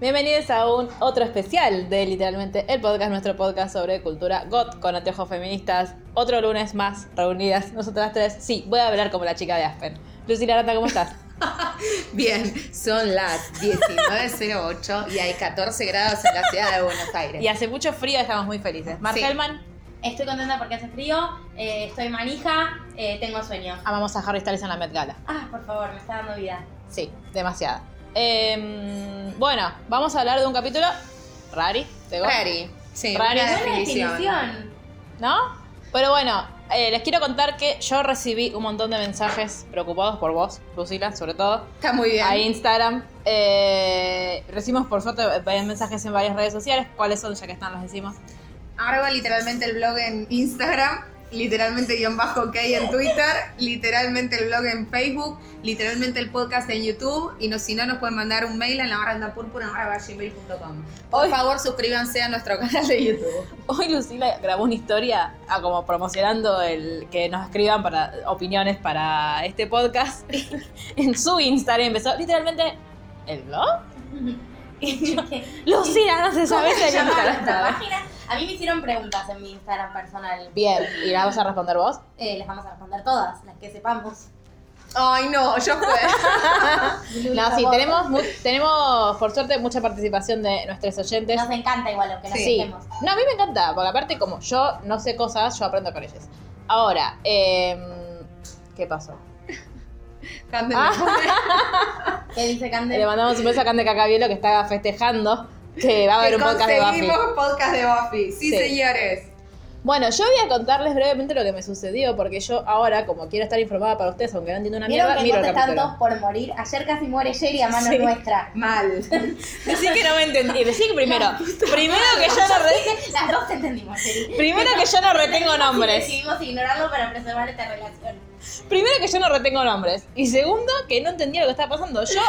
Bienvenidos a un otro especial de literalmente el podcast, nuestro podcast sobre cultura GOT con anteojos feministas. Otro lunes más reunidas nosotras tres. Sí, voy a hablar como la chica de Aspen. Lucila Aranda, ¿cómo estás? Bien, son las 19.08 y hay 14 grados en la ciudad de Buenos Aires. Y hace mucho frío, estamos muy felices. Mark Sí. Hellman, Estoy contenta porque hace frío, eh, estoy manija, eh, tengo sueño. amamos Ah, a Harry Styles en la Met Gala. Ah, por favor, me está dando vida. Sí, demasiada. Em, bueno, vamos a hablar de un capítulo rari, de GOT. Rari. Sí, Rari. una Buena definición. definición. ¿No? Pero bueno, eh, les quiero contar que yo recibí un montón de mensajes preocupados por vos, Lucila, sobre todo, Está muy bien. a Instagram. Eh, recibimos, por suerte, varios mensajes en varias redes sociales. ¿Cuáles son? Ya que están, los decimos. Arroba literalmente el blog en Instagram, literalmente guión bajo K en Twitter, literalmente el blog en Facebook, literalmente el podcast en YouTube y no, si no nos pueden mandar un mail en la baranda púrpura en arroba gmail.com. Por Hoy- favor suscríbanse a nuestro canal de YouTube. Hoy Lucila grabó una historia ah, como promocionando el que nos escriban para opiniones para este podcast. en su Instagram empezó literalmente el blog. Y yo, Lucila, no se sabe si ¿Cómo el se llama Instagram nuestra estaba. página? A mí me hicieron preguntas en mi Instagram personal. Bien, ¿y la vas a responder vos? Eh, las vamos a responder todas, las que sepamos. Ay no, yo puedo. No, sí, tenemos, mu- tenemos por suerte mucha participación de nuestros oyentes. Nos encanta igual, aunque nos Pues Sí. Sí. dejemos. No, a mí me encanta, porque aparte como yo no sé cosas, yo aprendo con ellos. Ahora, em, ¿qué pasó? Cambien. Ah, ¿Qué dice Le Cande? mandamos un beso a Cande Cacabielo que está festejando que va a haber Que un podcast de Buffy. conseguimos podcast de Buffy. Sí. Sí, señores. Bueno, yo voy a contarles brevemente lo que me sucedió, porque yo ahora, como quiero estar informada para ustedes, aunque no entiendo una Vieron mierda, que miro el Cote están capítulo. todos por morir. Ayer casi muere Jerry a mano Sí. nuestra. Mal. Decí que no me entendí, decí que primero, primero que yo no re- Las dos entendimos, Jerry. primero que yo no retengo nombres. Decidimos ignorarlo para preservar esta relación. Primero que yo no retengo nombres. Y segundo, que no entendía lo que estaba pasando. Yo,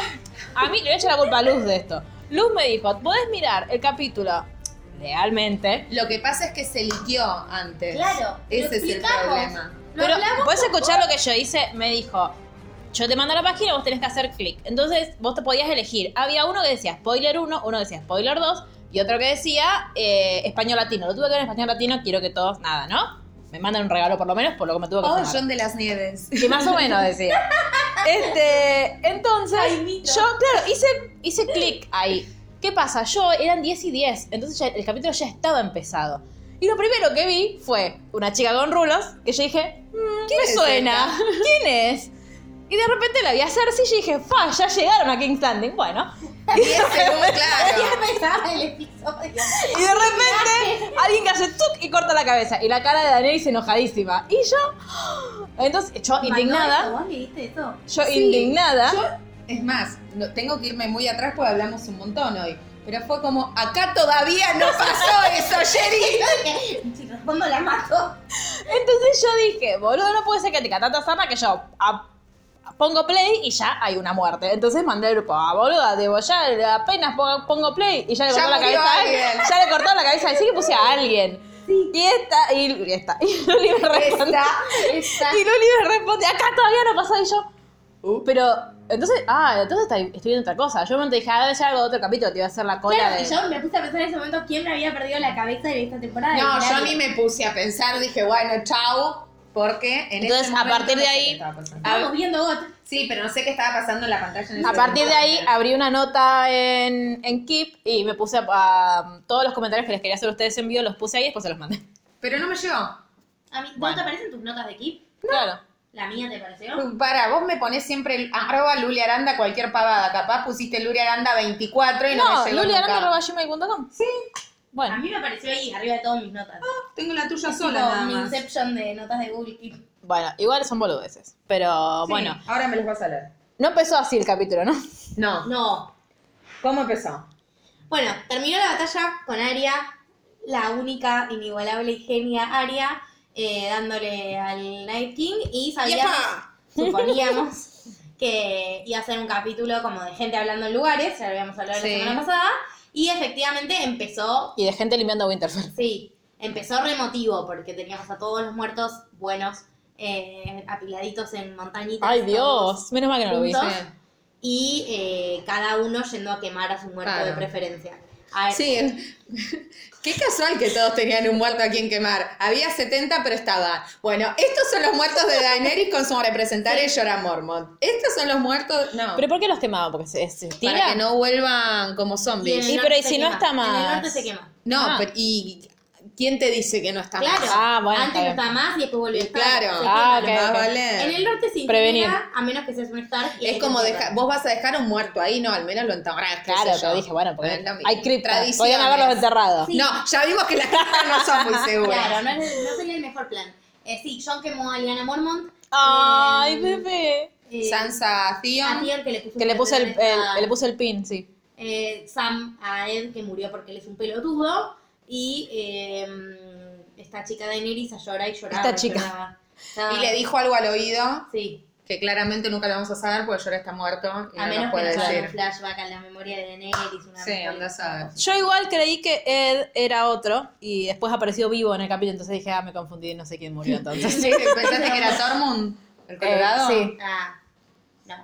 a mí le voy a echar la culpa a Luz de esto. Luz me dijo, podés mirar el capítulo legalmente. Lo que pasa es que se liquió antes. Claro, lo Ese es el explicamos. problema. Lo Pero hablamos podés con escuchar vos. lo que yo hice. Me dijo, yo te mando la página, vos tenés que hacer clic. Entonces, vos te podías elegir. Había uno que decía spoiler 1, uno que decía spoiler 2 y otro que decía eh, español latino. Lo tuve que ver en español latino, quiero que todos, nada, ¿no? Me mandan un regalo por lo menos por lo que me tuvo que Oh, frenar. John de las Nieves. Que más o menos decía. Este, entonces, yo, claro, hice, hice clic ahí. ¿Qué pasa? Yo eran 10 y 10, entonces ya- el capítulo ya estaba empezado. Y lo primero que vi fue una chica con rulos que yo dije, "Mm, me es suena, ¿quién es? Y de repente la vi a Cersei y yo dije, fa, ya llegaron a King's Landing. Bueno, 10 segundos, claro. Ya empezaba el episodio. y de repente alguien que hace tuk y corta la cabeza. Y la cara de Daenerys enojadísima. Y yo, entonces, yo Manuel, indignada, ¿Vos leíste eso? yo Sí, indignada. Es más, no- tengo que irme muy atrás porque hablamos un montón hoy. Pero fue como, acá todavía no pasó eso, Jerry. Si respondo la mato. Entonces yo dije, boludo, no puede ser que te catata zapa que yo a- a- pongo play y ya hay una muerte. Entonces mandé al grupo, ah, boluda, debo ya apenas pongo, pongo play y ya le Ya cortó la murió cabeza a alguien. alguien. Ya le cortó la cabeza, así que puse a alguien. Y esta, y, y esta. Y Luli me responde. Está. Y Luli me responde, acá todavía no pasó. Y yo, Uh. pero, entonces, ah, entonces está- estoy viendo otra cosa. Yo me dije, ah, debe ser algo de otro capítulo, te iba a hacer la cola Claro de. que yo me puse a pensar en ese momento quién me había perdido la cabeza en esta temporada. No, Y yo nadie. ni me puse a pensar, dije, bueno, chau. Porque en Entonces, ese a momento partir no de sé ahí- qué estaba pasando. Ah, Estábamos viendo Got. Sí, pero no sé qué estaba pasando en la pantalla. En ese A partir de momento. ahí abrí una nota en, en Keep y me puse a, a- todos los comentarios que les quería hacer a ustedes en vivo, los puse ahí y después se los mandé. Pero no me llegó. A mí, ¿No Bueno. te aparecen tus notas de Kip? Claro. ¿La mía te pareció? Para, vos me ponés siempre el- arroba Luli Aranda cualquier pavada. Capaz pusiste Luli Aranda 24 y no, No, me llegó nunca. Ah. luliaranda.gmail.com. Sí. A Bueno, mí me pareció ahí, arriba de todas mis notas. Tengo la tuya Es Ah, sola tipo nada mi más. Inception de notas de Google Keep. bueno, igual son boludeces. Pero Sí, bueno, Ahora me los vas a leer. no empezó así el capítulo, ¿no? No. No. ¿Cómo empezó? Bueno, terminó la batalla con Aria, la única, inigualable y genia Aria, eh, dándole al Night King y sabíamos, ¡Yepa! suponíamos que iba a ser un capítulo como de gente hablando en lugares, ya lo habíamos hablado Sí. la semana pasada, y efectivamente empezó, Y de gente limpiando Winterfell. sí, empezó remotivo porque teníamos a todos los muertos buenos eh, apiladitos en montañitas. Ay, todos Dios. Menos mal que no lo vi. Juntos. y eh, cada uno yendo a quemar a su muerto Claro. de preferencia. A ver, Sí. Qué casual que todos tenían un muerto a quien quemar. Había 70, pero estaban. Bueno, estos son los muertos de Daenerys con su representante Jorah Mormont. Estos son los muertos. No. ¿Pero por qué los quemaban? Porque se, se tira. para que no vuelvan como y en el zombies. Sí, norte pero ¿y se si no quema. está En el más? norte se quema. No, Ah. pero ¿y quién te dice que no está Claro, mal? Ah, bueno, antes está no bien. está más y después volvió a estar. Claro. se Ah, quema. ok, Más ok. vale. En el norte se Prevenir. incinera, a menos que seas un Stark. y ahí Es como te dejar, matan. vos vas a dejar un muerto ahí, no, al menos lo enterrás. qué Claro, sé pero dije, bueno, porque Es lo mismo. hay criptas. Tradiciones. Podían haberlos enterrado. No, ya vimos que las criptas no son muy seguras. Claro, no, es- no sería el mejor plan. Eh, sí, John quemó a Liana Mormont. Ay, Eh, bebé. eh, Sansa a Theon. Theon, que le puso, Que le puse el, perdón a- el- le puse el pin, sí. eh, Sam a Ed, que murió porque él es un pelotudo, y eh, esta chica de Daenerys a llorar y lloraba. Esta chica. lloraba. Estaba- Y le dijo algo al oído Sí, que claramente nunca lo vamos a saber porque Jorah está muerto y a no menos nos que puede nos hagan un decir. flashback a la memoria de Daenerys. Una Sí, anda a saber. Yo igual creí que Ed era otro y después apareció vivo en el capítulo, entonces dije, ah, me confundí, no sé quién murió entonces. Sí, ¿Pensaste que era Tormund? ¿El colorado? Eh, sí. Ah, no,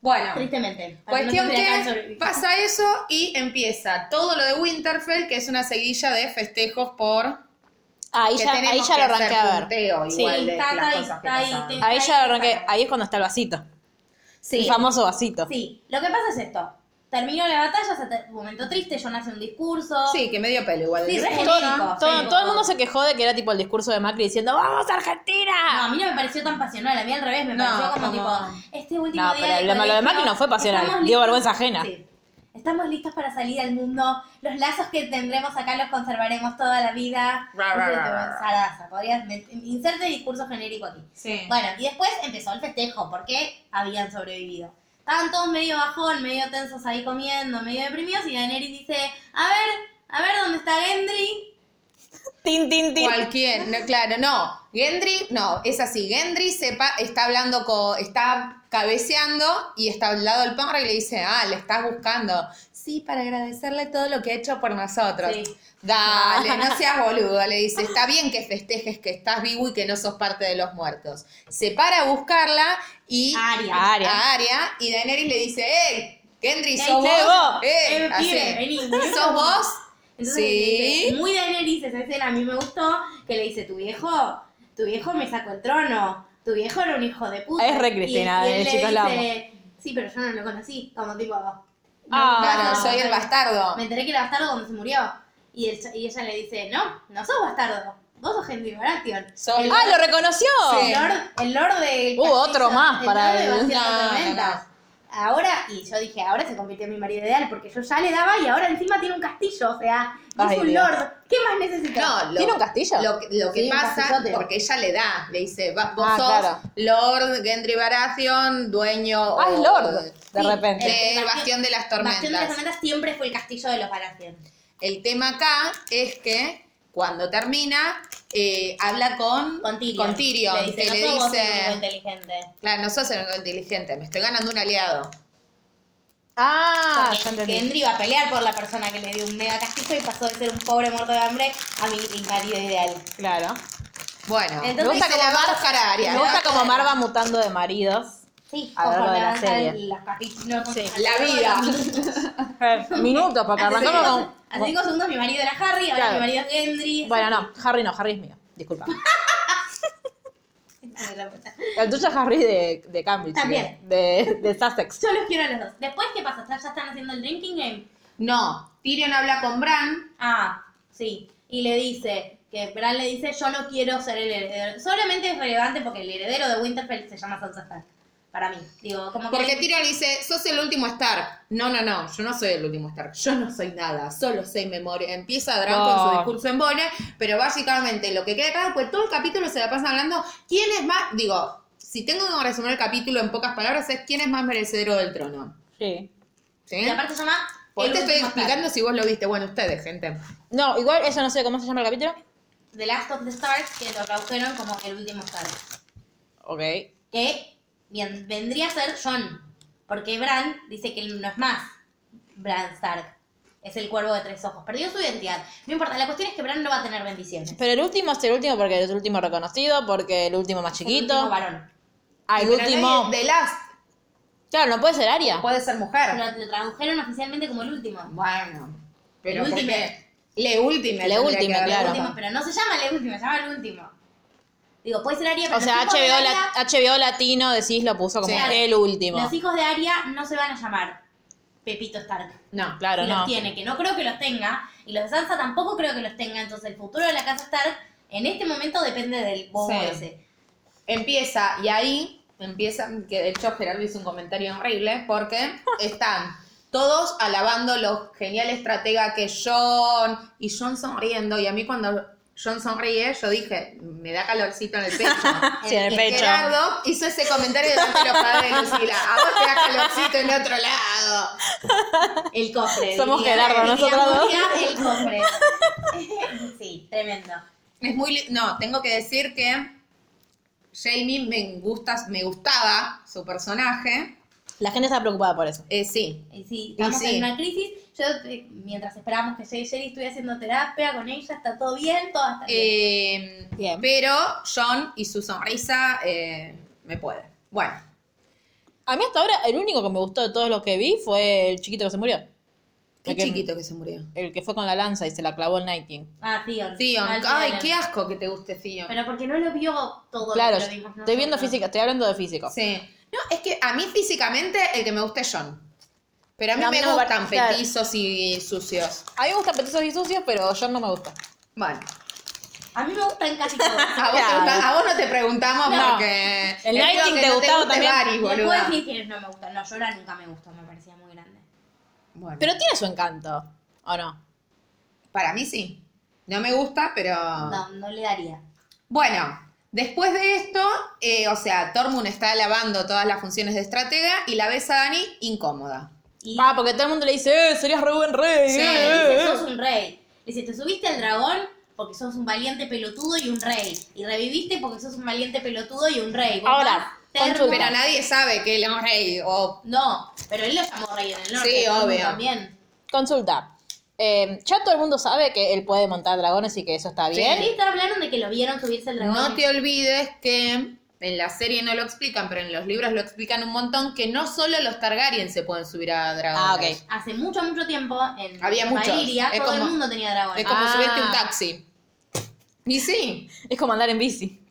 Bueno, tristemente. Para Cuestión no se vean que sobre- pasa eso y empieza todo lo de Winterfell, que es una seguilla de festejos por... Ahí que ya, tenemos ahí ya que lo arranqué hacer a ver. punteo Sí. igual de Está las ahí, cosas que está ahí, pasaban. te- Ahí ya lo arranqué, ahí es cuando está el vasito. Sí. El famoso vasito. Sí, lo que pasa es esto. Terminó la batalla, se te- un momento triste, John hace un discurso. Sí, que medio pelo igual. Sí, re Disculpa. Todo, genérico. todo- sí. todo el mundo se quejó de que era tipo el discurso de Macri diciendo ¡Vamos No, a Argentina! mí no me pareció tan pasional, a mí al revés, me No, pareció como, como- tipo, este último No, día pero del lo- lo de colegio, Macri no fue pasional, estamos dio listos- vergüenza ajena. Sí. Estamos listos para salir al mundo, los lazos que tendremos acá los conservaremos toda la vida. Ra, ra, ra, ra, ra. Zaraza, podrías met- inserte discurso genérico aquí. Sí. Bueno, y después empezó el festejo, porque habían sobrevivido. Estaban todos medio bajón, medio tensos ahí comiendo, medio deprimidos, y Daenerys dice, a ver, a ver dónde está Gendry. Tin, tin, tin. Cualquier, no, claro, no. Gendry, no, es así. Gendry sepa, está hablando con, está cabeceando y está al lado del Pomra y le dice, ah, le estás buscando. Sí, para agradecerle todo lo que ha hecho por nosotros. Sí. Dale, no seas boludo, le dice, está bien que festejes que estás vivo y que no sos parte de los muertos. Se para a buscarla y Aria. Aria. a Aria y Daenerys le dice, ¡eh! Gendry, sos che, vos. vos. ¡Eh! Eh, pibe, así. vení, mirá ¿Sos cómo- vos? Entonces, Sí. le dice, muy Daenerys, esa escena a mí me gustó, que le dice, tu viejo, tu viejo me sacó el trono, tu viejo era un hijo de puta. Es re Y- Cristina, eh, y él le chicos, la dice, Sí, pero yo no lo conocí, como tipo... no, Ah, Claro, no, soy el no, bastardo. Me enteré que era bastardo cuando se murió. Y, el ch- y ella le dice, no, no sos bastardo, vos sos Henry Baratheon. Soy- el, ¡Ah, lo reconoció! el lord, el lord del Hubo castillo, otro más el para lord de el- Bastión de No, las no, no. Tormentas. Ahora, y yo dije, ahora se convirtió en mi marido ideal, porque yo ya le daba y ahora encima tiene un castillo, o sea, y Ay, es un Dios. lord. ¿Qué más necesito? No, lo, ¿Tiene un castillo? Lo, que- lo que Sí, un pasa, castillote. porque ella le da, le dice, va- vos Ah, sos claro. Lord Gendry Baratheon, dueño ¡Ah, o- es Lord! De Sí, repente. eh, del Bastión de las Tormentas. Bastión de las Tormentas siempre fue el castillo de los Baratheon. El tema acá es que cuando termina, eh, habla con, Con Tyrion. Tyrion, Le dice, que no le sos vos el único dice, inteligente. claro, no sos el único inteligente, me estoy ganando un aliado. Ah, Porque ya entendí. Gendry iba a pelear por la persona que le dio un mega castillo y pasó de ser un pobre muerto de hambre a mi mi marido ideal. Claro. Bueno, Entonces me gusta dice, que la la va a Mar- buscar a Arya. Me gusta como Mar va mutando de maridos. Sí, A lo largo conforme de la avanzan serie. los capítulos. Sí. a lo La largo de vida. los minutos. Minutos, porque Hace arrancamos cinco- con... Hace cinco segundos mi marido era Harry, ahora Claro. mi marido es Gendry. Bueno, no, Harry no, Harry es mío. Disculpa. El tuyo es Harry de, de Cambridge. También. De, de Sussex. Yo los quiero a los dos. Después, ¿qué pasa? ¿Ya están haciendo el drinking game? No, Tyrion habla con Bran, Ah, sí. Y le dice que Bran le dice, yo no quiero ser el heredero. Solamente es relevante porque el heredero de Winterfell se llama Sansa Stark. Para mí. Digo, como que... Porque Tyrion dice, sos el último Stark. No, no, no, yo no soy el último Stark. Yo no soy nada, solo soy memoria. Empieza Dragon Oh. con su No. discurso en bola, pero básicamente lo que queda claro, pues todo el capítulo se la pasa hablando quién es más... Digo, si tengo que resumir el capítulo en pocas palabras, es quién es más merecedero del trono. Sí. ¿Sí? Y aparte se llama... Hoy el te estoy último Stark. explicando si vos lo viste. Bueno, ustedes, gente. No, igual eso no sé cómo se llama el capítulo. The Last of the Stars, que lo tradujeron como el último Stark. Ok. Que bien, vendría a ser John. Porque Bran dice que él no es más Bran Stark. Es el cuervo de tres ojos. Perdió su identidad. No importa, la cuestión es que Bran no va a tener bendiciones. Pero el último es el último porque es el último reconocido, porque el último más El último chiquito. varón. Ah, el Pero último. nadie- The Last Claro, no puede ser Aria. puede ser mujer. Lo, lo tradujeron oficialmente como el último. Bueno, pero El último. porque- Le último. Le último, claro. El último, pero no se llama el último, se llama el último. Digo, puede ser Aria, pero O sea, los hijos de HBO, Aria- la- HBO Latino, decís, lo puso como Claro. el último. Los hijos de Aria no se van a llamar Pepito Stark. No, claro. Claro, y los no. tiene, que no creo que los tenga, y los de Sansa tampoco creo que los tenga, entonces el futuro de la casa Stark en este momento depende del bobo Sí. ese. Empieza, y ahí empieza, que de hecho Gerardo hizo un comentario horrible, porque están todos alabando lo genial estratega que es John, y John sonriendo, y a mí cuando John sonríe, yo dije, me da calorcito en el pecho. Sí, en el Y pecho. Gerardo hizo ese comentario delante de los padres de Lucila, a vos te da calorcito en otro lado. El cofre. Somos diría- Gerardo, diría nosotras dos. Moria, El cofre. sí, tremendo. Es muy li- no, tengo que decir que Jamie me gusta, me gustaba su personaje. La gente está preocupada por eso. Eh, sí. Y sí, estamos sí. en una crisis. Yo, eh, mientras esperábamos que llegue Jerry, estuve haciendo terapia con ella, está todo bien, todo está bien. Eh, Bien. Pero John y su sonrisa eh, me puede. Bueno, A mí hasta ahora, el único que me gustó de todos los que vi fue el chiquito que se murió. qué El que- chiquito que se murió. El que fue con la lanza y se la clavó el Night King. Ah, Theon. Theon, Mal ay, Theon. qué asco que te guste Theon. Pero porque no lo vio todo. lo Claro, que lo vimos estoy viendo nosotros. física, estoy hablando de físico. Sí. No, es que a mí físicamente el que me gusta es John. Pero a mí No, a mí me no me gustan parece- petizos y sucios. A mí me gustan petizos y sucios, pero yo no me gusta. Bueno, A mí me gustan casi todos. a vos, te Claro. gusta- a vos no te preguntamos No. porque... El espero Nighting que te no gustaba guste también. Varys, No puedo boluda. decir quiénes no me gustan. No, Llora nunca me gustó, me parecía muy grande. Bueno. Pero tiene su encanto, ¿o no? Para mí sí. No me gusta, pero... Ah. No, no le daría. Bueno, después de esto, eh, o sea, Tormund está alabando todas las funciones de estratega y la ves a Dani incómoda. Y Ah, porque todo el mundo le dice, eh, serías re buen rey. Sí, le eh, eh, dice, eh". sos un rey. Le dice, te subiste al dragón porque sos un valiente pelotudo y un rey. Y reviviste porque sos un valiente pelotudo y un rey. Vos Ahora, vas, termo. consulta. Pero nadie sabe que él es rey o... No, pero él lo llamó rey en el norte. Sí, Tormund obvio. También. Consulta. Eh, ya todo el mundo sabe que él puede montar dragones y que eso está bien. Sí, te hablaron de que lo vieron subirse al dragón. No te olvides que en la serie no lo explican, pero en los libros lo explican un montón, que no solo los Targaryen se pueden subir a Ah, dragones. ok. Hace mucho, mucho tiempo en Había muchos. Valyria, Es todo el como- mundo tenía dragón. Es como Ah. subirte un taxi. Y sí, Es como andar en bici.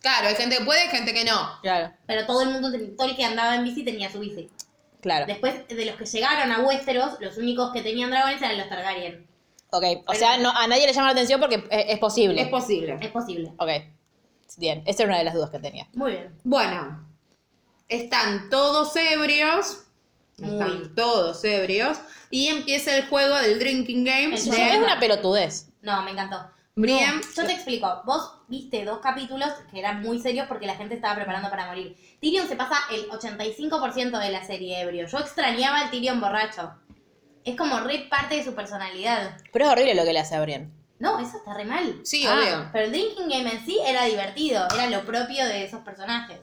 claro, hay gente que puede, hay gente que no. Claro, Pero todo el mundo, ten- todo el que andaba en bici tenía su bici. claro. Después de los que llegaron a Westeros, los únicos que tenían dragones eran los Targaryen. Ok, o sea, no, a nadie le llama la atención porque eh, es, posible. Es posible. Es posible. ok, bien. Esa era una de las dudas que tenía. Muy bien. Bueno, están todos ebrios. Están Muy. todos ebrios. Y empieza el juego del drinking game. El O sea, de es una pelotudez. No, me encantó. Brian. Yo te explico. Vos viste dos capítulos que eran muy serios porque la gente estaba preparando para morir. Tyrion se pasa el 85% de la serie ebrio. Yo extrañaba al Tyrion borracho. Es como re parte de su personalidad. Pero es horrible lo que le hace a Brian. No, eso está re mal. Sí, Ah, obvio. Pero el drinking game en sí era divertido. Era lo propio de esos personajes.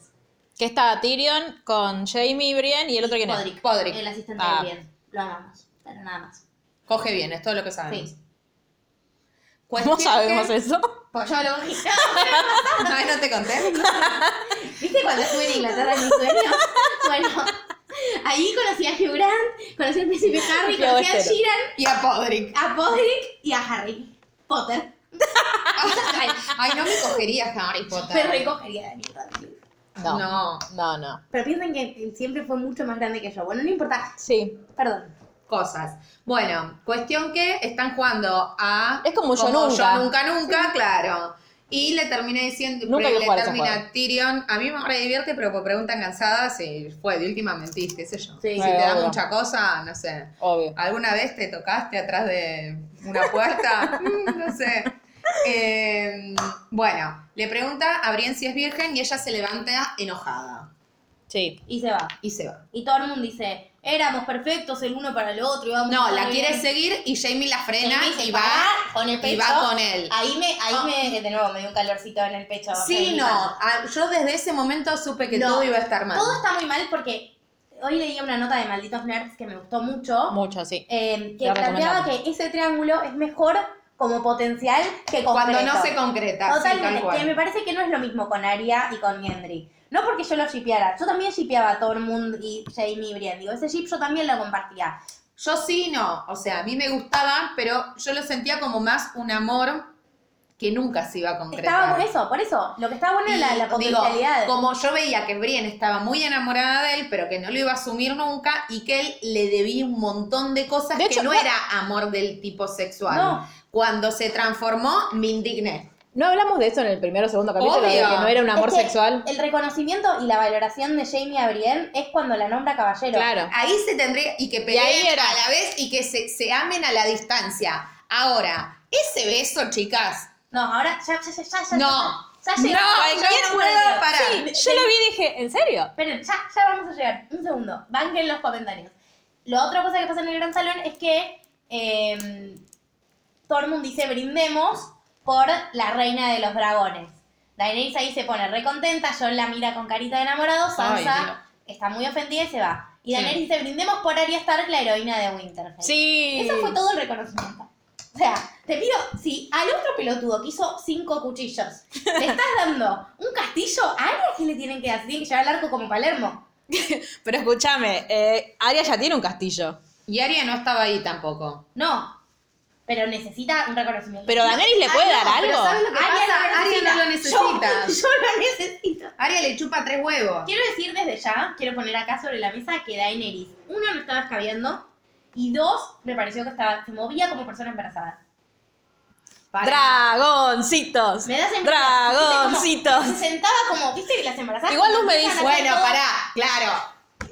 Que está Tyrion con Jamie y Brian y el otro quién es. Podrick. Podrick. El asistente Ah. de Brian. Lo amamos. Pero nada más. Coge bien, es todo lo que Ah, sabemos. Sí. ¿Cómo Cuestión sabemos Pues que- eso? Pues yo lo Ay, no te conté. ¿Viste cuando estuve en Inglaterra en mi sueño? Bueno, ahí conocí a Hugh Grant, conocí al príncipe Harry, Qué conocí a bostero. Sheeran, Y a Podrick. a Podrick y a Harry Potter. Ay, Ay, no me cogerías a Harry Potter. Me recogería de Daniel Radcliffe. No. No, No. no. Pero piensen que siempre fue mucho más grande que yo. Bueno, no importa. Sí. Perdón. cosas. Bueno, cuestión que están jugando a... Es como yo nunca. Yo nunca, nunca, claro. Y le terminé diciendo, Nunca hay que le jugar a ese termina juego. Tyrion, a mí me re divierte, pero por preguntas cansadas, y fue, de última mentís, qué sé yo. Sí, sí, si te da obvio. mucha cosa, no sé. Obvio. ¿Alguna vez te tocaste atrás de una puerta? Mm, no sé. Eh, bueno, le pregunta a Brienne si es virgen y ella se levanta enojada Sí. Y se va. y se va. Y todo el mundo dice, éramos perfectos el uno para el otro. Íbamos No, muy la bien". quiere seguir y Jamie la frena Jamie se y va, para con el y pecho. va con él. Ahí me, ahí Ah. me, de nuevo, me dio un calorcito en el pecho. Sí, Jamie. no. Ah, Yo desde ese momento supe que No. todo iba a estar mal. Todo está muy mal porque hoy leí una nota de Malditos Nerds que me gustó mucho. Mucho, sí. eh, que La planteaba recomendamos. que ese triángulo es mejor como potencial que concreto. Cuando no se concreta, sí, tal Totalmente, cual. que me parece que no es lo mismo con Aria y con Gendry. No porque yo lo shipeara, yo también shipeaba a Tormund y Jamie y Brienne. Digo, ese ship yo también lo compartía. Yo sí, no. O sea, a mí me gustaba, pero yo lo sentía como más un amor que nunca se iba a concretar. Estaba por eso, por eso. Lo que estaba bueno era la, la Y, digo, potencialidad. como yo veía que Brienne estaba muy enamorada de él, pero que no lo iba a asumir nunca y que él le debía un montón de cosas De que hecho, no no- era amor del tipo sexual. No. Cuando se transformó, me indigné. No hablamos de eso en el primero o segundo capítulo, de que Obvio. no era un amor Es que sexual. El reconocimiento y la valoración de Jamie a Brienne es cuando la nombra caballero. Claro. Ahí se tendría y que ahí peleen era. a la vez y que se, se amen a la distancia. Ahora, ese beso, chicas, No, ahora ya, ya, ya, ya, ya. No. Ya No, llegamos. ya yo no vamos a puedo llegar. parar. Sí, Yo lo vi y dije, ¿en serio? Esperen, ya, ya vamos a llegar. Un segundo. Banquen los comentarios. La otra cosa que pasa en el gran salón es que eh, Tormund dice brindemos por la reina de los dragones. Daenerys ahí se pone recontenta, John la mira con carita de enamorado, Sansa está muy ofendida y se va. Y Daenerys dice brindemos por Arya Stark, la heroína de Winterfell. Sí. Eso fue todo el reconocimiento. O sea, te pido, si al otro pelotudo que hizo cinco cuchillos, le estás dando un castillo, ¿a alguien que le tienen que dar? Se Tienen que llevar el arco como Palermo. Pero escúchame, eh, Aria ya tiene un castillo. y Arya no estaba ahí tampoco. No. Pero necesita un reconocimiento. Pero Daenerys le puede dar pero algo. ¿sabes lo que pasa? Arya no lo necesita. Yo, yo lo necesito. Arya le chupa tres huevos. Quiero decir desde ya, quiero poner acá sobre la mesa que Daenerys, uno, no estaba escabeando, y dos, me pareció que estaba, se movía como persona embarazada. Para. Dragoncitos. Me das Dragoncitos. Se sentaba como, viste que las embarazadas. Igual Luz me empiezan dice, a hacer Bueno, todo- pará, claro.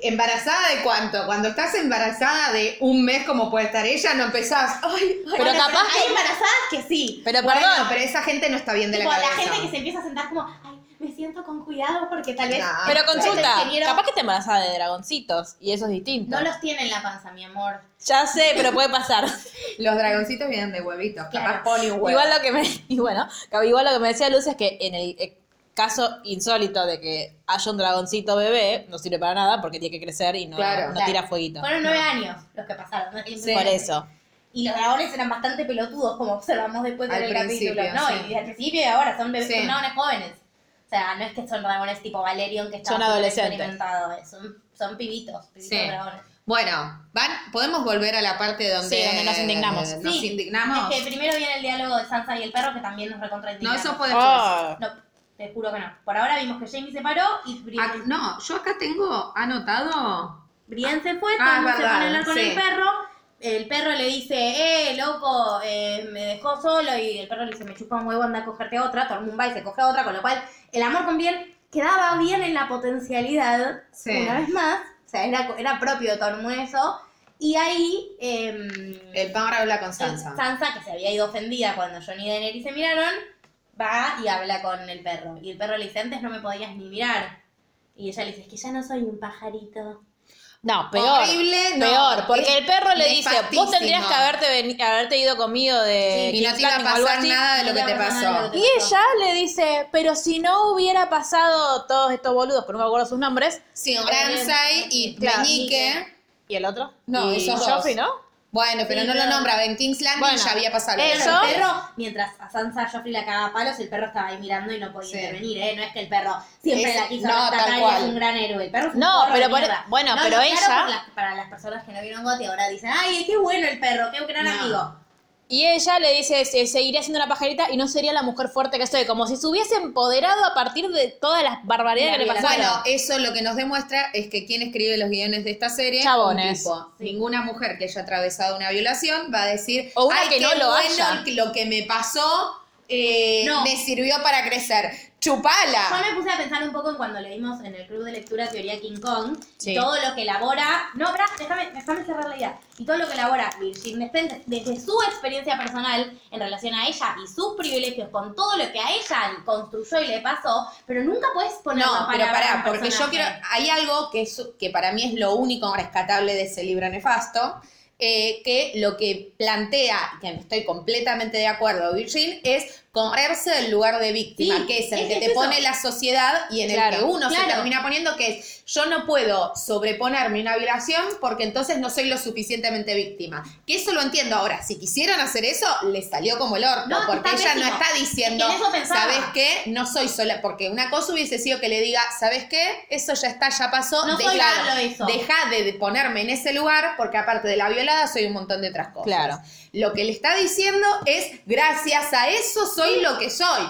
¿Embarazada de cuánto? Cuando estás embarazada de un mes como puede estar ella, no empezás. Ay, ay. Pero Bueno, capaz hay que- embarazadas que sí. Pero Bueno, perdón. pero esa gente no está bien de la Tipo, la, cabeza. gente que se empieza a sentar como, ay, me siento con cuidado porque tal vez. No, Pero Ay, consulta, el ingeniero- capaz que te embarazada de dragoncitos y eso es distinto. No los tiene en la panza, mi amor. Ya sé, pero puede pasar. Los dragoncitos vienen de huevitos. Claro. Capaz pone un huevo. Igual lo que me y bueno, igual lo que me decía Luz es que en el eh, caso insólito de que haya un dragoncito bebé no sirve para nada porque tiene que crecer y no, Claro. no Claro. tira fueguito. Fueron nueve años los que pasaron. ¿no? Por eso. Y los dragones eran bastante pelotudos, como observamos después Al del capítulo. principio, No, sí. y al principio y ahora son bebés, Sí. son dragones jóvenes. O sea, no es que son dragones tipo Valerion que está Son súper adolescentes. experimentado, eh, Son, son pibitos, pibitos Sí. dragones. Bueno, van, podemos volver a la parte donde, Sí, donde nos indignamos. Nos Sí. indignamos. Es que primero viene el diálogo de Sansa y el perro que también nos recontraindica. No, eso fue después. Ah. No, te juro que no. Por ahora vimos que Jamie se paró y Ah, Brienne, no, yo acá tengo anotado. Brienne se fue, Ah, Tommy es se verdad, pone a hablar con sí. el perro. El perro le dice, eh, loco, eh, me dejó solo. Y el perro le dice, me chupa un huevo, anda a cogerte a otra. Todo el mundo va y se coge a otra. Con lo cual, el amor con Brienne quedaba bien en la potencialidad. Sí. Una vez más. O sea, era, era propio de Tormund eso. Y ahí... em, El Power habla con Entonces, Sansa. Sansa, que se había ido ofendida cuando John y Daenerys se miraron, va y habla con el perro. Y el perro le dice, antes no me podías ni mirar. Y ella le dice, es que ya no soy un pajarito. No, peor. Horrible, no. peor, porque el perro le dice, Nefastísimo. vos tendrías que haberte, veni- haberte ido conmigo de... y no te King's iba a Landing o algo pasar así". nada de lo No que te te iba a pasar nada de pasó. lo que Y ella le dice, pero si no hubiera pasado todos estos boludos, que no me acuerdo sus nombres, Sin Ramsay y Claro. Meñique. y el otro, No, y esos dos. Joffrey, ¿no? Bueno, pero Sí, no lo no. nombra. En King's Landing Bueno, ya había pasado. Pero Eso. el perro, mientras a Sansa Joffrey la cagaba a palos, el perro estaba ahí mirando y no podía Sí. intervenir, ¿eh? No es que el perro siempre Es- la quiso no, rescatar tal y es cual. un gran héroe. El perro es un No, forro de pero por- mierda. bueno, No, pero no, claro, ella- por las- para las personas que no vieron Gotti ahora dicen, ay, qué bueno el perro, qué gran No. amigo. Y ella le dice, "Se- seguiré siendo una pajarita y no sería la mujer fuerte que soy. Como si se hubiese empoderado a partir de todas las barbaridades que La le violación. pasaron. Claro. Bueno, eso lo que nos demuestra es que quien escribe los guiones de esta serie, Chabones. un tipo, ninguna mujer que haya atravesado una violación va a decir, O una "Ay, que qué no lo bueno haya". lo que me pasó eh, No. me sirvió para crecer. Chupala. Yo me puse a pensar un poco en cuando leímos en el club de lectura Teoría King Kong, Sí. todo lo que elabora, no, pará, déjame, déjame cerrar la idea, y todo lo que elabora Virginia Spence desde su experiencia personal en relación a ella y sus privilegios con todo lo que a ella construyó y le pasó, pero nunca puedes poner No, una pero palabra a pará, un porque yo personaje. quiero. Hay algo que, es- que para mí es lo único rescatable de ese libro nefasto. eh, que lo que plantea, y que estoy completamente de acuerdo, Virgin, es correrse del lugar de víctima, Sí, que es el es- que es te eso. pone la sociedad y en Claro, el que uno se claro. termina poniendo, que es yo no puedo sobreponerme a una violación porque entonces no soy lo suficientemente víctima. Que eso lo entiendo ahora, si quisieran hacer eso, les salió como el orto, No, porque está ella no pésimo. está diciendo, Es que en eso pensaba. ¿sabes qué? No soy sola, porque una cosa hubiese sido que le diga, ¿sabes qué? Eso ya está, ya pasó, No soy dejalo. malo eso. deja de ponerme en ese lugar, porque aparte de la violada soy un montón de otras cosas. Claro. Lo que le está diciendo es, gracias a eso soy lo que soy.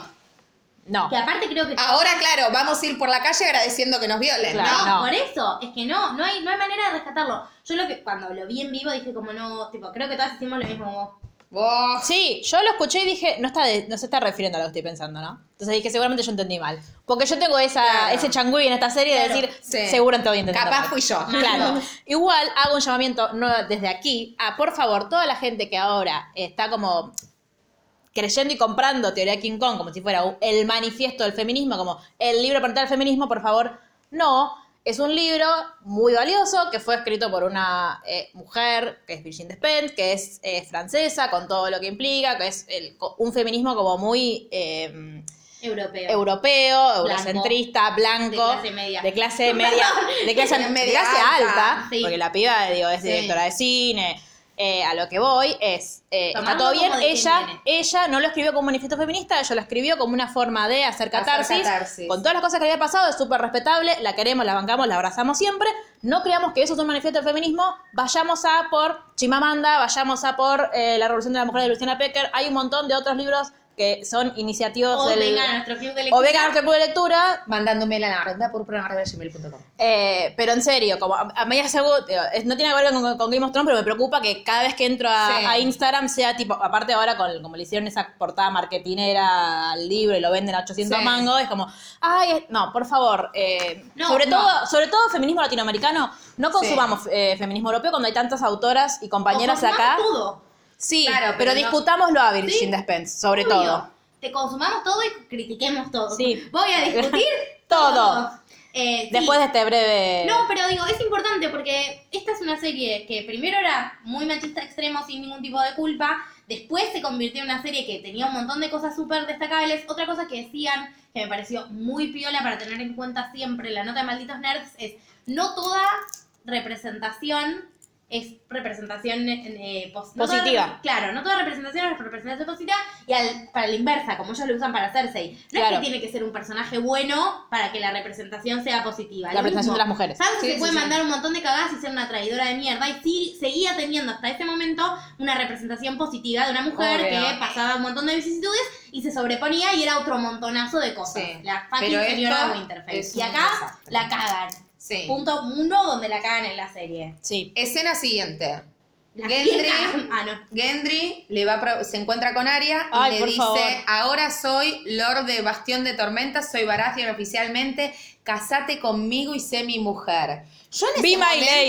No. Que aparte creo que... Ahora, claro, vamos a ir por la calle agradeciendo que nos violen, Claro. ¿no? No, no. por eso, es que no, no hay, no hay manera de rescatarlo. Yo lo que cuando lo vi en vivo dije como no, tipo, creo que todas hicimos lo mismo. Vos. Sí, yo lo escuché y dije, no, está de- no se está refiriendo a lo que estoy pensando, ¿no? Entonces dije, seguramente yo entendí mal. Porque yo tengo esa, Claro. ese changüí en esta serie Claro, de decir, sí. seguro te voy a entender. Capaz fui yo. Claro. Igual hago un llamamiento no, desde aquí a, por favor, toda la gente que ahora está como creyendo y comprando Teoría King Kong como si fuera un- el manifiesto del feminismo, como el libro para entrar al feminismo, por favor, no. Es un libro muy valioso que fue escrito por una eh, mujer que es Virginie Despentes, que es eh, francesa, con todo lo que implica, que es el- un feminismo como muy eh, Europeo. europeo, eurocentrista, blanco, De clase media. de clase media, de clase, Media de clase alta, alta, sí. porque la piba digo, es Sí. directora de cine. Eh, a lo que voy es, eh, está Tomarlo todo bien, como de quien ella, viene. ella no lo escribió como un manifiesto feminista, ella lo escribió como una forma de hacer catarsis, catarsis. con todas las cosas que le había pasado, es súper respetable, la queremos, la bancamos, la abrazamos siempre, no creamos que eso es un manifiesto del feminismo, vayamos a por Chimamanda, vayamos a por eh, La Revolución de la Mujer de Luciana Pecker, hay un montón de otros libros que son iniciativas o del- vengan a nuestro club de o lectura. vengan al club de lectura. Mandándome la naranja por gmail.com. eh, pero en serio, como a, a media segunda, eh, no tiene que ver con, con Game of Thrones, pero me preocupa que cada vez que entro a, Sí. a Instagram sea tipo, aparte ahora con como le hicieron esa portada marketinera al libro y lo venden a 800 Sí. mangos, es como, ay, es- no, por favor, eh, No, sobre, no. Todo, sobre todo feminismo latinoamericano, no consumamos eh, feminismo europeo cuando hay tantas autoras y compañeras Consumamos acá. todo. Sí, Claro, pero, pero no- discutámoslo a Virgin Sí, Despence, sobre Obvio. todo. Te consumamos todo y critiquemos todo. Sí. Voy a discutir Todo. Eh, sí. Después de este breve... No, pero digo, es importante porque esta es una serie que primero era muy machista extremo sin ningún tipo de culpa, después se convirtió en una serie que tenía un montón de cosas súper destacables. Otra cosa que decían, que me pareció muy piola para tener en cuenta siempre la nota de Malditos Nerds, es no toda representación es representación eh, pos- no toda- Positiva. claro, no toda representación es representación positiva y al- para la inversa, como ellos lo usan para Cersei. No es Claro. que tiene que ser un personaje bueno para que la representación sea positiva. La Lo representación mismo. de las mujeres. Sansa Sí, se sí, puede sí. mandar un montón de cagadas y ser una traidora de mierda. Y sí, seguía teniendo hasta ese momento una representación positiva de una mujer Obvio. que pasaba un montón de vicisitudes y se sobreponía y era otro montonazo de cosas. Sí. La fucking Pero señora esto Winterfell. es Y un acá desastre. la cagan. Sí. Punto uno donde la cagan en la serie. Sí. Escena siguiente. La Gendry. cagan- Ah, no. Gendry le va a pro- se encuentra con Arya y Ay, le por dice, favor. ahora soy Lord de Bastión de Tormenta, soy Baratheon oficialmente, casate conmigo y sé mi mujer. Yo en Be ese my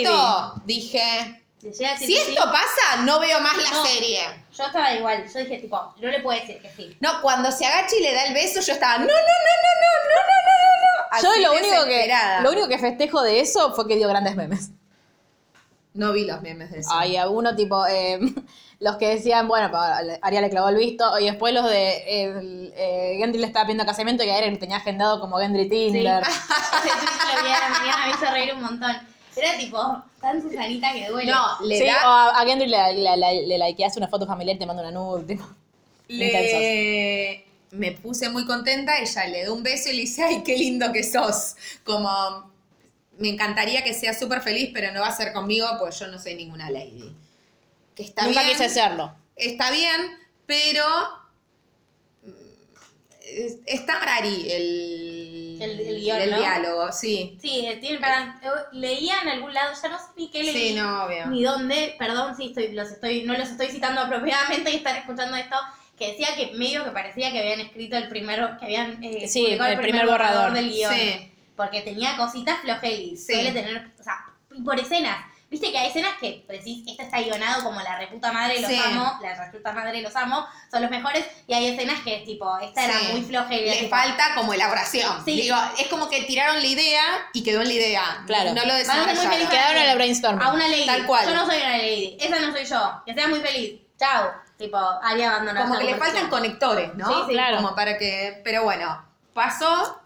momento dije, Le llega a decir si que sí. esto pasa, no veo más la No. serie. Yo estaba igual. Yo dije, tipo, no le puedo decir que sí. No, cuando se agacha y le da el beso, yo estaba, no, no, no, no, no, no, no, no, no. Así Yo lo único, que, desesperada. lo único que festejo de eso fue que dio grandes memes. No vi los memes de eso. Hay alguno tipo, eh, los que decían, bueno, pa- Ariel le clavó el visto, y después los de eh, eh, Gendry le estaba pidiendo casamiento y Ariel tenía agendado como Gendry Tinder. Ese tweet lo vi a la mañana, me hizo reír un montón. Era tipo, tan Susanita que duele. No, le Sí, da... o a, a Gendry le, le, le- le likeás una foto familiar y te manda una nude. tipo. le... me puse muy contenta, ella le dio un beso y le dice, ay, qué lindo que sos. Como, me encantaría que seas súper feliz, pero no va a ser conmigo, pues yo no soy ninguna lady. Que está Nunca bien. quise hacerlo. está bien, pero mm, es- está rari el, El- el guión, ¿no? diálogo, sí. Sí, eh, tiene para- eh, leía en algún lado, ya no sé ni qué leí. Sí, no, obvio. ni dónde, perdón si estoy, los estoy, no los estoy citando apropiadamente y están escuchando esto, que decía que medio que parecía que habían escrito el primero, que habían eh, Sí, publicado el primer borrador. del guión. Sí. Porque tenía cositas flojelis, Sí. suele tener, o sea, y por escenas. Viste que hay escenas que decís, esta está guionado como la reputa madre los Sí. amo, la reputa madre los amo, son los mejores, y hay escenas que es tipo, esta era Sí. muy flojera. Le falta como elaboración. Sí. Digo, es como que tiraron la idea y quedó en la idea. Claro. No lo Van a ser muy desarrollaron. felices. Quedaron en la brainstorming. a una lady. Tal cual. Yo no soy una lady. Esa no soy yo. Que sea muy feliz. Chao. Tipo, área abandonada. Como que le faltan conectores, ¿no? Sí, sí. Claro. Como para que. Pero bueno, pasó,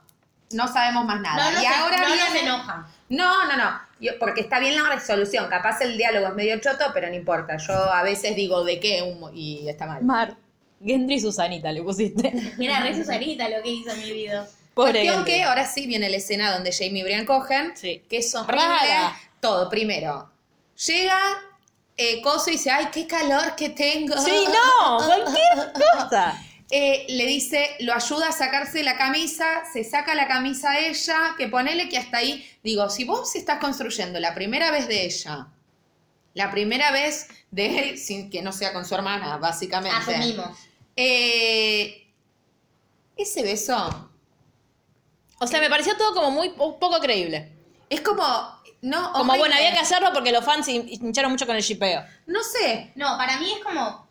no sabemos más nada. No, no, y se, ahora no, no viene- se enoja. No, no, no. Yo- porque está bien la resolución. Capaz el diálogo es medio choto, pero no importa. Yo a veces digo de qué un mo- y está mal. Mar. Gendry y Susanita le pusiste. Mira, re Susanita lo que hizo mi video. Pobre Cuestión Gendry. que ahora sí viene la escena donde Jamie y Brian cogen, Sí. que es horrible. Rara. Todo, primero. Llega eh, Coso y dice, ay, qué calor que tengo. Sí, no, cualquier cosa. Eh, le dice, lo ayuda a sacarse la camisa, se saca la camisa a ella, que ponele que hasta ahí, digo, si vos estás construyendo la primera vez de ella, la primera vez de él, sin que no sea con su hermana, básicamente. Ah, Asumimos. Eh, ese beso O sea, me pareció todo como muy po- poco creíble. es como, no, Como horrible. bueno, había que hacerlo porque los fans hin- hincharon mucho con el shipeo. no sé, No, para mí es como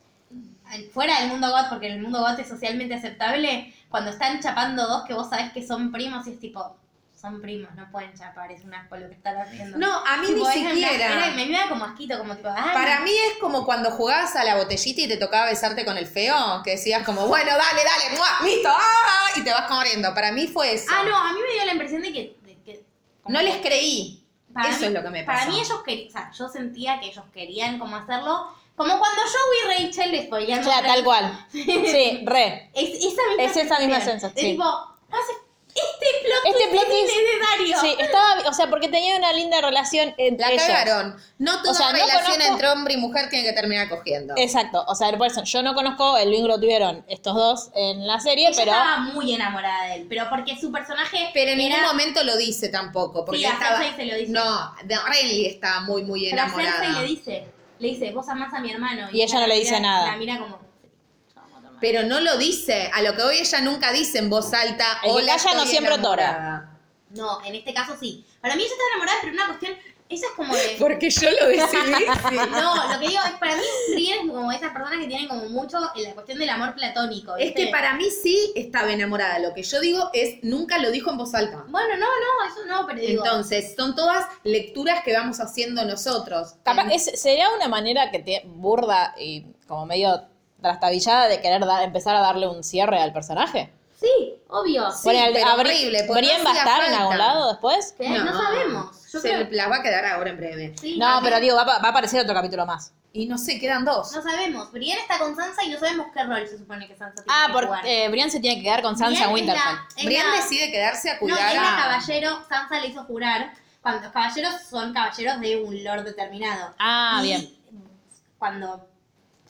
al- fuera del mundo got, porque el mundo got es socialmente aceptable, cuando están chapando dos que vos sabés que son primos y es tipo, son primos, no pueden chapar, es una asco lo que están haciendo. no, a mí Tipo, ni es en plan- siquiera. era- me iba como asquito, como tipo, ah, Para mí es como cuando jugabas a la botellita y te tocaba besarte con el feo, que decías como, bueno, dale, dale, muah, listo, ah, y te vas corriendo. Para mí fue eso. Ah, no, a mí me dio la impresión de que... de que- como No que- les creí. Para Eso mí- es lo que me Para pasó. mí ellos querían, o sea, yo sentía que ellos querían como hacerlo, como cuando yo vi Rachel les podían... O sea, tal cual. Sí, re. Es esa misma Es esa misma sensación, Es sí. tipo, hace- este plot Este twist plot twist- es innecesario. Sí, estaba, o sea, porque tenía una linda relación entre La ellos. cagaron. No toda O sea, no relación conozco- entre hombre y mujer tiene que terminar cogiendo. Exacto, o sea, por eso yo no conozco el link lo tuvieron estos dos en la serie, Ella pero estaba muy enamorada de él, pero porque su personaje Pero en era... ningún momento lo dice tampoco. Porque Sí, a estaba... Cersei se lo dice. No, de Renly estaba muy, muy pero a enamorada. Cersei le dice, le dice, vos amás a mi hermano. Y ella no la le dice mira- nada. La mira como... "Sí, yo amo a tu hermano". Pero no lo dice. A lo que hoy ella nunca dice en voz alta. El que "Hola, calla no estoy siempre enamorada". No, en este caso sí. Para mí ella está enamorada, pero una cuestión, ella es como de... Porque yo lo decidí. No, lo que digo es para mí Brienne es como esas personas que tienen como mucho en la cuestión del amor platónico. Es ¿viste? que para mí sí estaba enamorada. Lo que yo digo es nunca lo dijo en voz alta. Bueno, no, no, eso no, pero digo. Entonces, son todas lecturas que vamos haciendo nosotros. capaz En- es- sería una manera que te burda y como medio trastabillada de querer dar- empezar a darle un cierre al personaje. sí, obvio. Sí, Bueno, al- pero a Bri- horrible, porque ¿Brienne no va a hacía estar en algún falta. lado después? ¿Qué? No, sabemos. Yo se creo las va a quedar ahora en breve. sí, No, también. pero digo, va, a- va a aparecer otro capítulo más. Y no sé, quedan dos. No sabemos. Brienne está con Sansa y no sabemos qué rol se supone que Sansa tiene. Ah, que jugar. porque eh, Brian se tiene que quedar con Sansa Brienne es la- Winterfell. es Brian la- decide quedarse a No, cuidar es la a... caballero. Sansa le hizo jurar. Cuando los caballeros son caballeros de un lord determinado. Ah, Y bien. Cuando.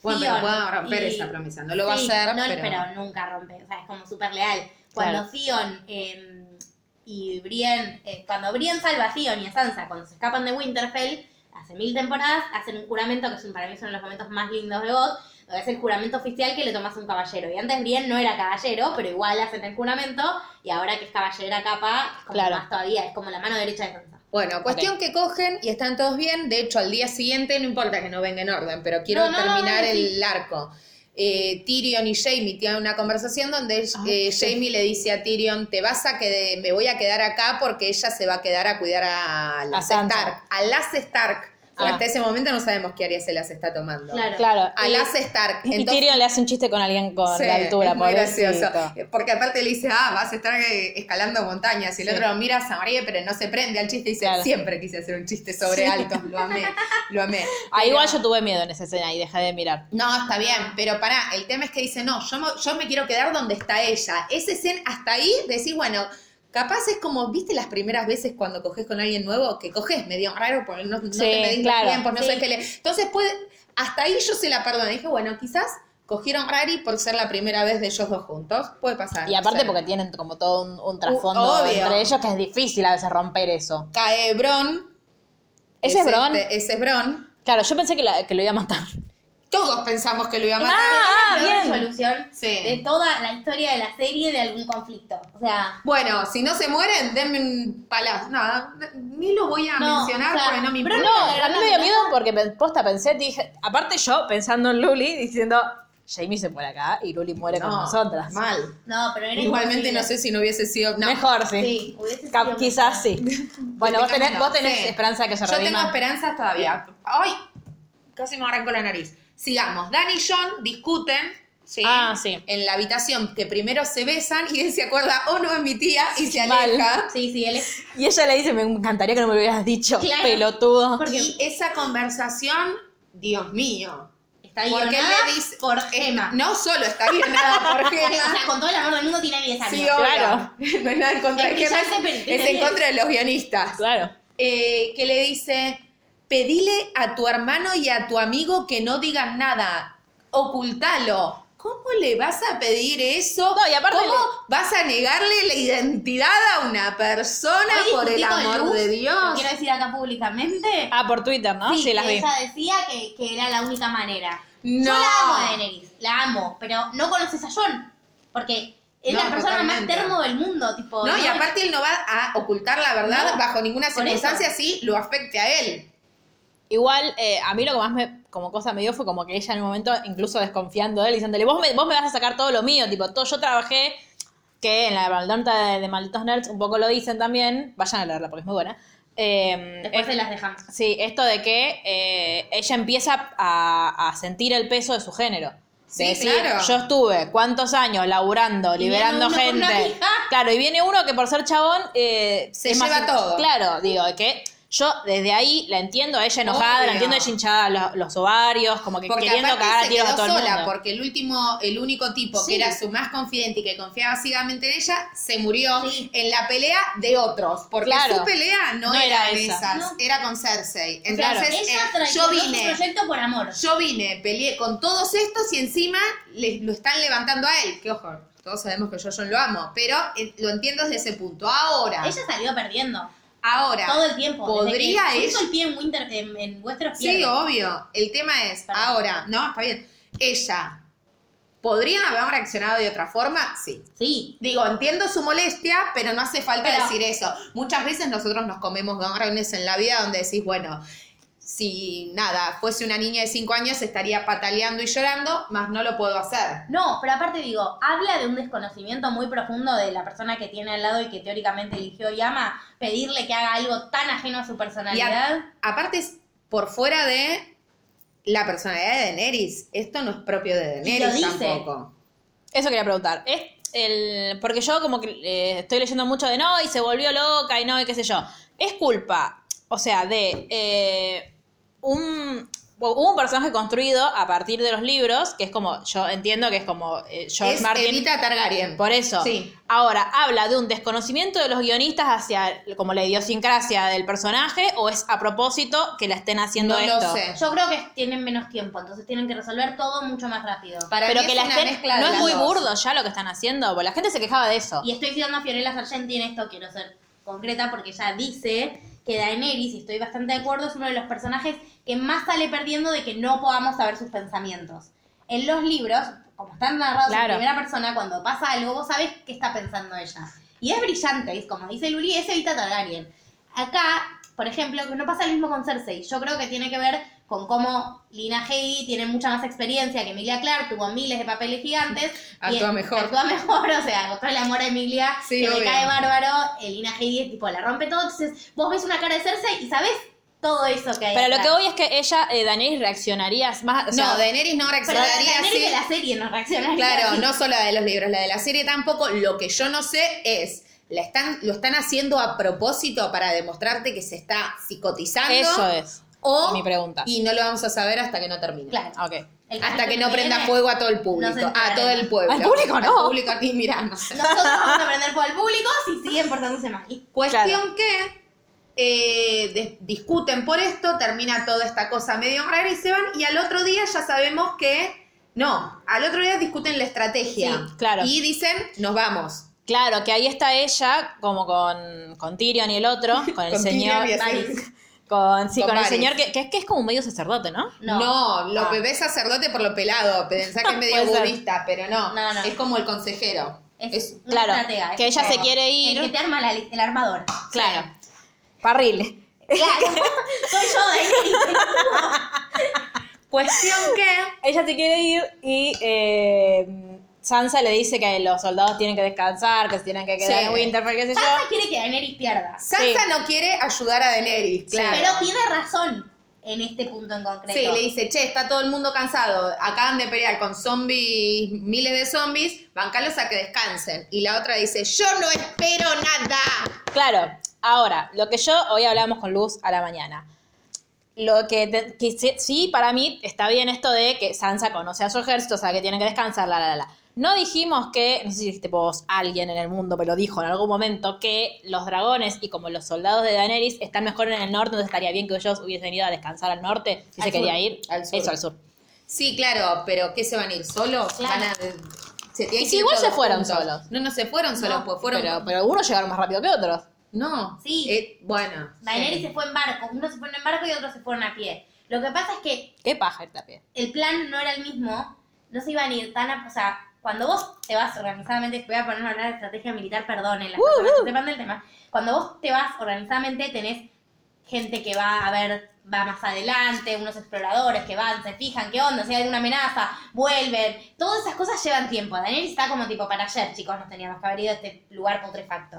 Bueno, pero Theon puedo romper y- esa promesa. No lo va Sí, a hacer, no, pero... nunca rompe. O sea, es como súper leal. Cuando Theon eh, y Brienne, eh, cuando Brienne salva a Theon y a Sansa cuando se escapan de Winterfell, hace mil temporadas, hacen un juramento que es un- para mí son los momentos más lindos de God, donde es el juramento oficial que le tomas a un caballero. Y antes Brienne no era caballero, pero igual hacen el juramento, y ahora que es caballera capa, es como Claro. más todavía, es como la mano derecha de Sansa. Bueno, cuestión que cogen y están todos bien. De hecho, al día siguiente, no importa que no venga en orden, pero quiero No, no, no, terminar no, sí. el arco. Eh, Tyrion y Jamie tienen una conversación donde Ah, eh, Jamie le dice a Tyrion, te vas a que me voy a quedar acá porque ella se va a quedar a cuidar a las Sansa. Stark. A las Stark. Porque Ah. Hasta ese momento no sabemos qué áreas se las está tomando. Claro. Eh, Claro. A y- las Stark. y Entonces, Tyrion le hace un chiste con alguien con Sí, la es altura, muy por gracioso. Eh, Porque aparte le dice, ah, vas a estar eh, escalando montañas. Y el Sí. otro lo mira, se ríe, pero no se prende al chiste y dice, Claro. siempre quise hacer un chiste sobre altos. Lo amé, lo amé. Ah, Pero- igual yo tuve miedo en esa escena y dejé de mirar. No, está bien, pero pará, el tema es que dice, no, yo, mo- yo me quiero quedar donde está ella. Ese escena, hasta ahí, decís, bueno, capaz es como, viste las primeras veces cuando coges con alguien nuevo, que coges medio raro porque no, no Sí, te medís los claro. tiempos, no Sí. sé qué le... Entonces puede... Hasta ahí yo se la perdoné. Dije, bueno, quizás cogieron Rari por ser la primera vez de ellos dos juntos. Puede pasar. Y aparte no sé. porque tienen como todo un, un trasfondo obvio. entre ellos que es difícil a veces romper eso. Cae Bron. ¿Ese es Bron? este- ese es Bron. Claro, yo pensé que, la- que lo iba a matar. Todos pensamos que lo iba a matar. Ah, la bien. peor solución Sí. de toda la historia de la serie de algún conflicto. O sea, Bueno, si no se mueren, denme un palazo. No, ni lo voy a No, mencionar o sea, porque no me Bron importa. No, a mí me dio miedo porque pe- posta pensé, dije, aparte yo pensando en Luli diciendo, Jamie se muere acá y Luli muere con nosotras. Mal. no, pero era Igualmente imposible. no sé si no hubiese sido. no. Mejor, sí. Sí, hubiese Ca- sido Quizás sí. mejor. Bueno, vos tenés, vos tenés Sí. esperanza de que se Yo tengo redima. esperanzas todavía. ¡Ay! Casi me arranco la nariz. Sigamos. Dan y John discuten. ¿sí? Ah, sí. En la habitación, que primero se besan y él se acuerda, oh no, es mi tía, y se Mal. aleja. Sí, sí, él es. Y ella le dice, me encantaría que no me lo hubieras dicho, Claro. pelotudo. Porque Y esa conversación, Dios mío. está Porque guionada él le dice. por Emma. No solo está guionada por O sea, Gemma. con todo el amor del mundo tiene 10 años. Sí, Claro. obvio. No hay nada en contra de Es que Gemma, ya se perdió. es en contra de los guionistas. Claro. eh, que le dice, pedile a tu hermano y a tu amigo que no digan nada, ocultalo. ¿Cómo le vas a pedir eso? No, y aparte ¿Cómo le- vas a negarle la identidad a una persona Hoy por el discutí con amor Luz, de lo Dios? Quiero decir acá públicamente. Ah, por Twitter, ¿no? Sí, que las vi. ella decía que, que era la única manera. Yo No. la amo a Daenerys, la amo, pero no conoces a John. Porque es No, la persona totalmente. más termo del mundo, tipo. No, y aparte él no va a ocultar la verdad No, bajo ninguna por circunstancia si lo afecte a él. Igual, eh, a mí lo que más me, como cosa me dio fue como que ella en un momento, incluso desconfiando de él, diciéndole, vos me, vos me vas a sacar todo lo mío, tipo, todo, yo trabajé, que en la maldanta de, de Malditos Nerds un poco lo dicen también, vayan a leerla porque es muy buena. Eh, Después es- se las dejamos. Sí, esto de que eh, ella empieza a, a sentir el peso de su género. Sí, De claro. Yo estuve cuántos años laburando, viene liberando uno con una gente. pija. Claro, y viene uno que por ser chabón eh, Se es más- lleva todo. Claro, digo, que yo desde ahí la entiendo a ella enojada, Obvio. la entiendo a ella hinchada lo- los ovarios, como que Porque queriendo aparte cagar a se tiros a quedó todo el sola, mundo. porque el último, el único tipo Sí. que era su más confidente y que confiaba ciegamente en ella, se murió Sí. en la pelea de otros. Porque Claro. su pelea No no, era, era de esa. esas, No. era con Cersei. Claro. Entonces, eh, Ella yo traicionó su vine, proyecto por amor. yo vine, peleé con todos estos y encima les, lo están levantando a él. Que ojo, todos sabemos que yo a Jon lo amo, pero eh, lo entiendo desde ese punto. Ahora, Ella salió perdiendo. ahora. Todo el tiempo. Podría desde que ella- puso el pie en, Winter, en, en Westeros Sí, pierde. obvio. El tema es, Perdón. ahora, no, está bien. Ella, ¿podrían haber reaccionado de otra forma? Sí. Sí. Digo, entiendo su molestia, pero no hace falta Pero- decir eso. Muchas veces nosotros nos comemos garrones en la vida donde decís, bueno, si nada, fuese una niña de 5 años estaría pataleando y llorando, más no lo puedo hacer. No, pero aparte digo, habla de un desconocimiento muy profundo de la persona que tiene al lado y que teóricamente eligió y ama, pedirle que haga algo tan ajeno a su Y a- personalidad. aparte, es por fuera de la personalidad de Daenerys, esto no es propio de Y lo Daenerys dice. tampoco. Eso quería preguntar. Es el, porque yo como que eh, estoy leyendo mucho de no, y se volvió loca, y no, y qué sé yo. Es culpa, o sea, de eh, un, hubo un personaje construido a partir de los libros, que es como, yo entiendo que es como eh, George Es Martin. Evita Targaryen. Por eso. Sí. Ahora, ¿habla de un desconocimiento de los guionistas hacia como la idiosincrasia del personaje o es a propósito que la estén haciendo No esto? lo sé. Yo creo que tienen menos tiempo, entonces tienen que resolver todo mucho más rápido. Para Pero mí que es la una estén, mezcla de no es las muy dos. burdo ya lo que están haciendo, porque la gente se quejaba de eso. Y estoy citando a Fiorella Sargenti en esto, quiero ser concreta porque ella dice que Daenerys, y estoy bastante de acuerdo, es uno de los personajes que más sale perdiendo de que no podamos saber sus pensamientos. En los libros, como están narrados Claro. en primera persona, cuando pasa algo, vos sabés qué está pensando ella. Y es brillante, es como dice Luli, es Evita Targaryen. Acá, por ejemplo, no pasa lo mismo con Cersei. Yo creo que tiene que ver con cómo Lina Headey tiene mucha más experiencia que Emilia Clark, tuvo miles de papeles gigantes. y- Actúa mejor. Actúa mejor, o sea, con todo el amor a Emilia, Sí, que obvio. le cae bárbaro, el Lina Headey es tipo, la rompe todo. Entonces, vos ves una cara de Cersei y sabés todo eso que hay. Pero lo atrás. que hoy es que ella, eh, Daenerys, reaccionaría más. o sea, no, Daenerys no Pero la reaccionaría Daenerys así. de la serie no reaccionaría. Claro, así. no solo la de los libros, la de la serie tampoco. Lo que yo no sé es, la están, ¿lo están haciendo a propósito para demostrarte que se está psicotizando? Eso es. O, mi pregunta. Y no lo vamos a saber hasta que no termine. Claro. Ah, Ok. El Hasta que no viene- prenda fuego a todo el público. Nos a enteraremos. todo el pueblo. Al público no. Al público ni mirá, no sé. Nosotros vamos a prender fuego al público si siguen portándose mal. Cuestión que eh, de- discuten por esto, termina toda esta cosa medio rara y se van. Y al otro día ya sabemos que no, al otro día discuten la estrategia. Sí, claro. Y dicen, nos vamos. Claro, que ahí está ella, como con, con Tyrion y el otro, con el Con señor. Tyrion y así. Varys. Con, sí, Con con, el Varys. señor que, que es que es como medio sacerdote, ¿no? No, No. lo Ah. bebés sacerdote por lo pelado. Pensá que es medio Puede ser. budista, pero no. No, no. Es como el consejero. Es, una claro, estratega, es que ella como se quiere ir. El que te arma la li- el armador. Claro. Parril. Claro. Soy yo de Cuestión que. Ella se quiere ir y eh, Sansa le dice que los soldados tienen que descansar, que se tienen que quedar Sí. en Winterfell, qué sé Sansa yo. quiere que Daenerys pierda. Sansa Sí. no quiere ayudar a Daenerys. Pero tiene razón en este punto en concreto. Sí, le dice, che, está todo el mundo cansado, acaban de pelear con zombies, miles de zombies, bancalos a que descansen. Y la otra dice, yo no espero nada. Claro, ahora, lo que yo hoy hablamos con Luz a la mañana. Lo que, te- que sí- sí, para mí está bien esto de que Sansa conoce a su ejército, o sea, que tienen que descansar, la, la, la, la. No dijimos que, no sé si dijiste vos, alguien en el mundo, pero dijo en algún momento que los dragones y como los soldados de Daenerys están mejor en el norte, entonces estaría bien que ellos hubiesen ido a descansar al norte si Al se sur, quería ir. al sur. Eso, al sur. Sí, claro, pero ¿qué se van a ir solos? Claro. Van a- se tienen Y si que ir igual todos se fueron juntos. solos. No, no se fueron solos, pues fueron. Pero, pero algunos llegaron más rápido que otros. no. Sí. Eh, bueno. Daenerys Sí. se fue en barco. Unos se fueron en barco y otros se fueron a pie. Lo que pasa es que Qué paja esta pie. el plan no era el mismo. No se iban a ir tan a... O sea, cuando vos te vas organizadamente... Voy a poner a hablar de estrategia militar, perdonen las personas que sepan del tema. Cuando vos te vas organizadamente tenés gente que va a ver... Va más adelante, unos exploradores que van, se fijan, qué onda, si hay alguna amenaza, vuelven. Todas esas cosas llevan tiempo. Daenerys está como tipo para ayer, chicos, nos teníamos que haber ido a este lugar putrefacto.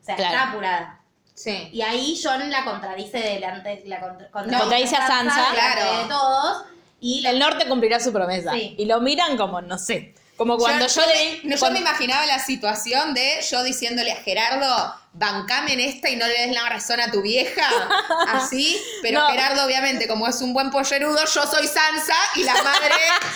O sea, Claro. está apurada. Sí. Y ahí John la contradice delante, la contra- contra- contradice a Sansa, delante claro. de todos. Y la- El norte cumplirá su promesa. Sí. Y lo miran como, no sé, como cuando yo, le... me, no, yo cuando- me imaginaba la situación de yo diciéndole a Gerardo, bancame en esta y no le des la razón a tu vieja. Así, pero No. Gerardo, obviamente, como es un buen pollerudo, yo soy Sansa y la madre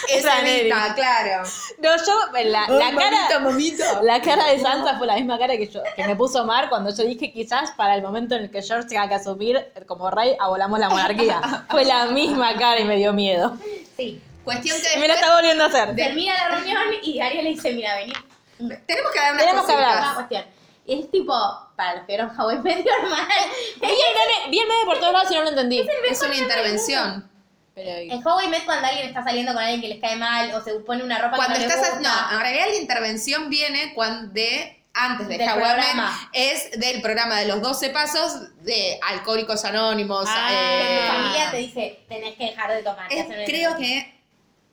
es Es Daenerys. Evita, claro. No, yo, eh, la, Oh, la cara, mamita. la cara de Sansa fue la misma cara que, yo, que me puso Mar cuando yo dije quizás para el momento en el que George tenga que asumir como rey, abolamos la monarquía. Fue la misma cara y me dio miedo. sí. Cuestión que Y me la después- está volviendo a hacer. Termina la reunión y Ariel le dice, mira, vení. tenemos que hablar unas Tenemos que cositas. hablar. Una cuestión. Y es tipo, para los que eran Hawaii medio normal. Vi el meme, vi el meme por todos lados y no lo entendí. Es una intervención. Pero, En Hawaii Med cuando alguien está saliendo con alguien que les cae mal o se pone una ropa Cuando que no le estás. a- gusta. No, en realidad la intervención viene cuando de. Antes de Del Jaguar programa. es del programa de los 12 pasos de Alcohólicos Anónimos. Que Ah, tu eh, familia te dice, tenés que dejar de tomar. te Es- hacen una creo intervención. que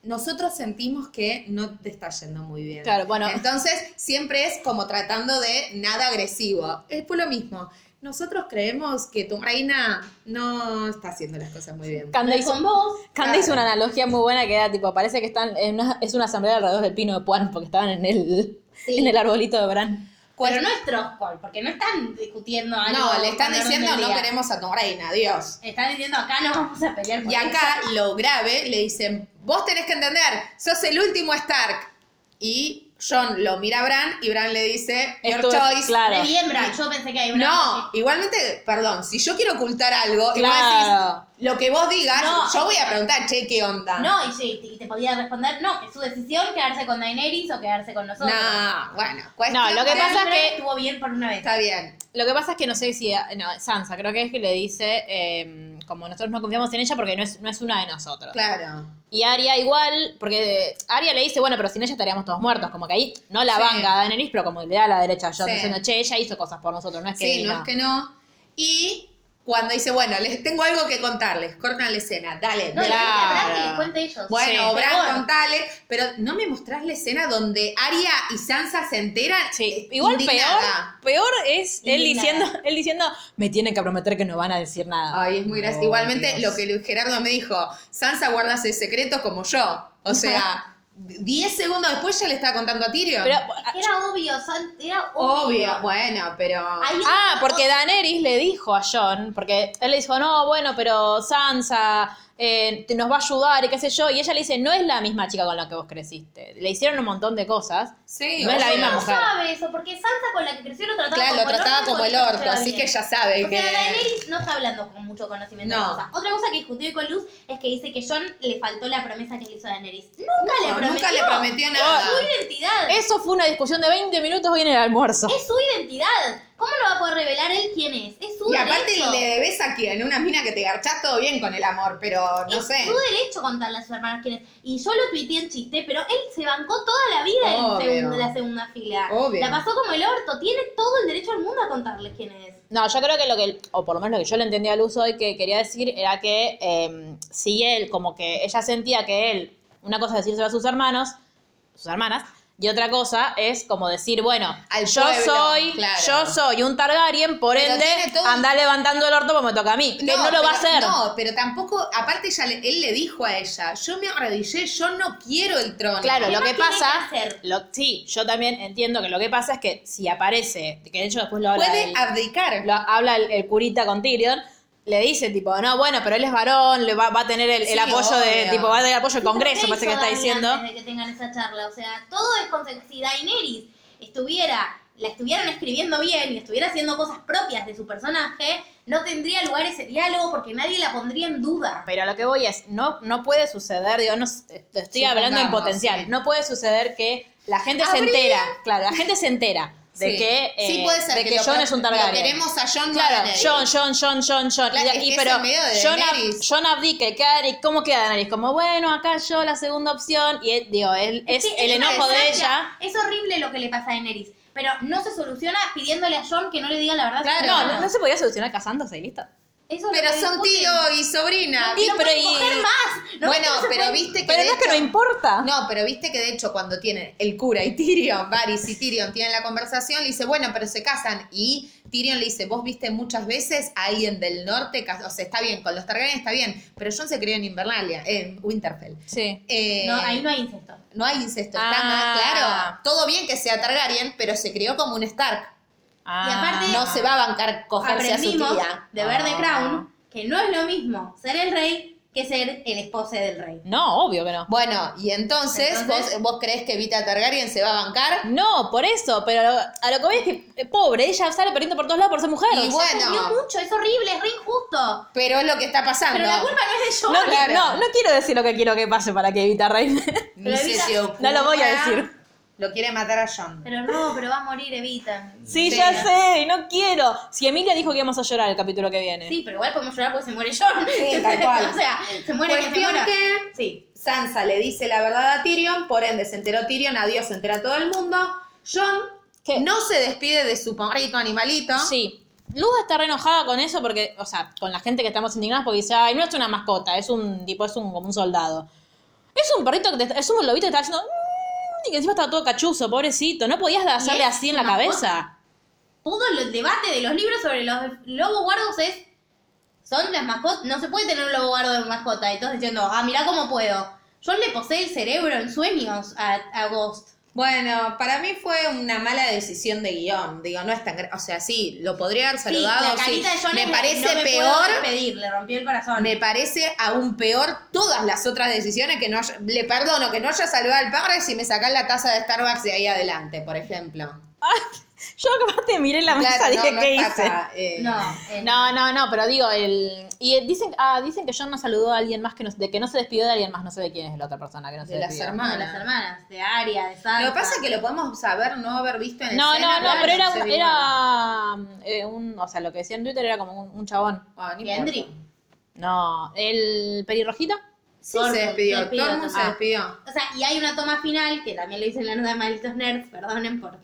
nosotros sentimos que no te está yendo muy bien. Claro, bueno. Entonces, siempre es como tratando de nada agresivo. Es por lo mismo. Nosotros creemos que tu reina no está haciendo las cosas muy bien. Canda No es hizo, con vos. Canda hizo una analogía muy buena que era tipo, parece que están en una, es una asamblea alrededor del pino de Puan porque estaban en el, Sí. en el arbolito de Bran. Pero no es troll, porque no están discutiendo algo. No, le están con orden diciendo del no día. queremos a tu reina, Dios. Están diciendo acá no vamos a pelear por Y acá lo grave le dicen, vos tenés que entender, sos el último Stark. Y John lo mira a Bran y Bran le dice, your Esto es- choice. claro. Re bien, Bran. Yo pensé que hay una. No, igualmente, perdón, si yo quiero ocultar algo, y vos Claro. decís, lo que vos digas, No. yo voy a preguntar, che, ¿qué onda? No, y, sí, y te podía responder, no, es su decisión quedarse con Daenerys o quedarse con nosotros. No, bueno, cuestión No, lo que que pasa Bran es que- Estuvo bien por una vez. Está bien. Lo que pasa es que no sé si. eh, No, Sansa, creo que es que le dice. eh, como nosotros no confiamos en ella porque no es, no es una de nosotros. Claro. Y Aria igual, porque Aria le dice, bueno, pero sin ella estaríamos todos muertos. Como que ahí no la Sí. banca Daenerys, pero como le da la derecha a Jon Sí. diciendo, che, ella hizo cosas por nosotros, no es que. Sí, no es que no. Y cuando dice, bueno, les tengo algo que contarles, cortan la escena, dale, No, dale. le dije a Bran que Claro. les cuente ellos. Bueno, Sí. Bran, Mejor. contale, pero no me mostrás la escena donde Aria y Sansa se enteran. Sí, eh, igual indignada. peor, peor es él Indignada. diciendo, él diciendo, me tienen que prometer que no van a decir nada. Ay, es muy gracioso. Oh, Igualmente, Dios. lo que Luis Gerardo me dijo, Sansa guarda ese secreto como yo. O sea, 10 segundos después ya le estaba contando a Tyrion. Pero, ah, Era obvio, San- era obvio. Obvio, bueno, pero... Ahí- Ah, porque Daenerys le dijo a John, porque él le dijo, no, bueno, pero Sansa eh, te- nos va a ayudar y qué sé yo. Y ella le dice, no es la misma chica con la que vos creciste. Le hicieron un montón de cosas. Sí, No es la obvio. misma no mujer. sabe eso, porque Sansa con la que creció lo trataba Claro, como lo trataba y como el con eso se orto, va así bien. que ella sabe O que... sea, Daenerys no está hablando con mucho conocimiento No. de cosas. Otra cosa que discutió con Luz es que dice que John le faltó la promesa que le hizo a Daenerys. Nunca le No, prometió. nunca le prometió nada. Es su identidad. Es... Eso fue una discusión de 20 minutos hoy en el almuerzo. su identidad. ¿Cómo no va a poder revelar él quién es? Es su Y aparte derecho. le debes a quién, una mina que te garchás todo bien con el amor, pero no es sé. su derecho contarle a sus hermanas quién es. Y yo lo tuiteé en chiste, pero él se bancó toda la vida en Obvio. segundo- la segunda fila. Obvio. La pasó como el orto. Tiene todo el derecho del mundo a contarles quién es. No, yo creo que lo que, o por lo menos lo que yo le entendía a Luz hoy que quería decir era que eh, si él, como que ella sentía que él, una cosa es decírselo a sus hermanos, sus hermanas, y otra cosa es como decir, bueno, Al yo pueblo, soy, claro. yo soy un Targaryen, por Pero ende, tiene todo- anda levantando el orto como me toca a mí, que no lo va a pero- hacer. No, pero tampoco, aparte ella le- él le dijo a ella, yo me arrodillé, yo no quiero el trono. Claro, ¿Qué lo más que tiene pasa, que hacer? lo- sí, yo también entiendo que lo que pasa es que si aparece, que de hecho después lo habla Puede él. abdicar. lo- habla el, el curita con Tyrion, le dice tipo, no, bueno, pero él es varón, le va, va a tener el, el Sí, apoyo de, obvio. tipo, va a tener el apoyo del Congreso, ¿Qué parece hizo que está Dani diciendo. antes de que tengan esa charla, o sea, todo es consecuencia. Si Daenerys estuviera, la estuvieran escribiendo bien y estuviera haciendo cosas propias de su personaje, no tendría lugar ese diálogo porque nadie la pondría en duda. Pero lo que voy es, no, no puede suceder, digo, no, te te estoy Supongamos, hablando en potencial, sí. no puede suceder que la gente se Habría- entera, claro, la gente se entera de Sí. que, eh, Sí, puede ser de que que lo John pro- es un lo Targaryen. queremos a Jon, no a Claro, Daenerys. John, John, John, John, John. y, Claro, es y que es pero en medio de John, ab- Daenerys. John abdica, y queda Daenerys- ¿cómo queda Daenerys? Como, bueno, acá yo la segunda opción. Y él- digo, él, es, Sí, el una enojo de desgracia. ella. Es horrible lo que le pasa a Daenerys, pero no se soluciona pidiéndole a Jon que no le diga la verdad. a su Claro. No, hermano. no, no se podía solucionar casándose y listo. Eso es lo Pero que son discuten. tío y sobrina. Sí, No pero pueden y- coger más. No, bueno, no se pero pueden- viste que Pero de no es que no hecho- importa. No, pero viste que de hecho cuando tienen el cura y Tyrion, Varys y Tyrion tienen la conversación, le dice, bueno, pero se casan. Y Tyrion le dice, vos viste muchas veces a alguien del norte, cas- o sea, está bien, con los Targaryen está bien, pero John se crió en Invernalia, en Winterfell. Sí. Eh, No, ahí no hay incesto. no hay incesto, está Ah. más claro. Todo bien que sea Targaryen, pero se crió como un Stark. Y aparte, No se va a bancar cogerse a su aprendimos tía. de ver The Ah. Crown que no es lo mismo ser el rey que ser el esposo del rey. No, obvio que no. Bueno, y entonces, Entonces- ¿vos, vos crees que Vita Targaryen se va a bancar. No, por eso, pero a lo, a lo que voy es que, eh, pobre, ella sale perdiendo por todos lados por ser mujer. Y bueno, Aprendió mucho, es horrible, es re injusto. Pero es lo que está pasando. Pero la culpa no es de no, John. qui- claro. no, no quiero decir lo que quiero que pase para que Evita reine. Ni se Evita- te No lo voy a ocurra. decir. Lo quiere matar a John. Pero no, pero va a morir Evita. sí, Sí. ya sé, y no quiero. Si Emilia dijo que íbamos a llorar el capítulo que viene. Sí, pero igual podemos llorar porque se muere John. Sí, tal cual. o sea, se muere que se Cuestión muera. que- Sí. Sansa le dice la verdad a Tyrion, por ende se enteró Tyrion, adiós, se entera todo el mundo. John ¿Qué? no se despide de su perrito animalito. Sí. Luz está re enojada con eso porque, o sea, con la gente que estamos indignados porque dice, ay, no es una mascota, es un tipo, es un, como un soldado. Es un perrito que te está- es un lobito que está haciendo "Mm", y que encima estaba todo cachuzo, pobrecito. No podías hacerle es así en la una cabeza. Todo el debate de los libros sobre los lobos guardos es. Son las mascotas. No se puede tener un lobo guardo de mascota. Y todos diciendo, ah, mirá cómo puedo. John le posee el cerebro en sueños a, a Ghost. Bueno, para mí fue una mala decisión de guión. Digo, no es tan. gra- O sea, sí, lo podría haber saludado. la carita sí. de John me es la que parece no me peor. Puedo despedir, le rompí el corazón. Me parece aún peor todas las otras decisiones que no haya- le perdono que no haya saludado al padre si me sacás la taza de Starbucks de ahí adelante, por ejemplo. Yo capaz te miré la mesa, Claro, no, dije, no ¿qué es hice? taza, eh, No, eh, No, no, no, pero digo, el... Y eh, dicen, ah, dicen que John no saludó a alguien más, que no, de que no se despidió de alguien más, no sé de quién es la otra persona que no se De las despidió. hermanas. no, de las hermanas, de Aria, de Sansa. Lo que pasa es que lo podemos saber no haber visto en No, escena, no, no, pero era, se vio. era eh, un, o sea, lo que decía en Twitter era como un, un chabón. Ah, ni Y Andri. importa. No, el pelirrojito. Sí, Tormund se despidió. se despidió, Tormund se ah. despidió. O sea, y hay una toma final, que también lo hice en la nota de Malditos Nerds, perdonen por...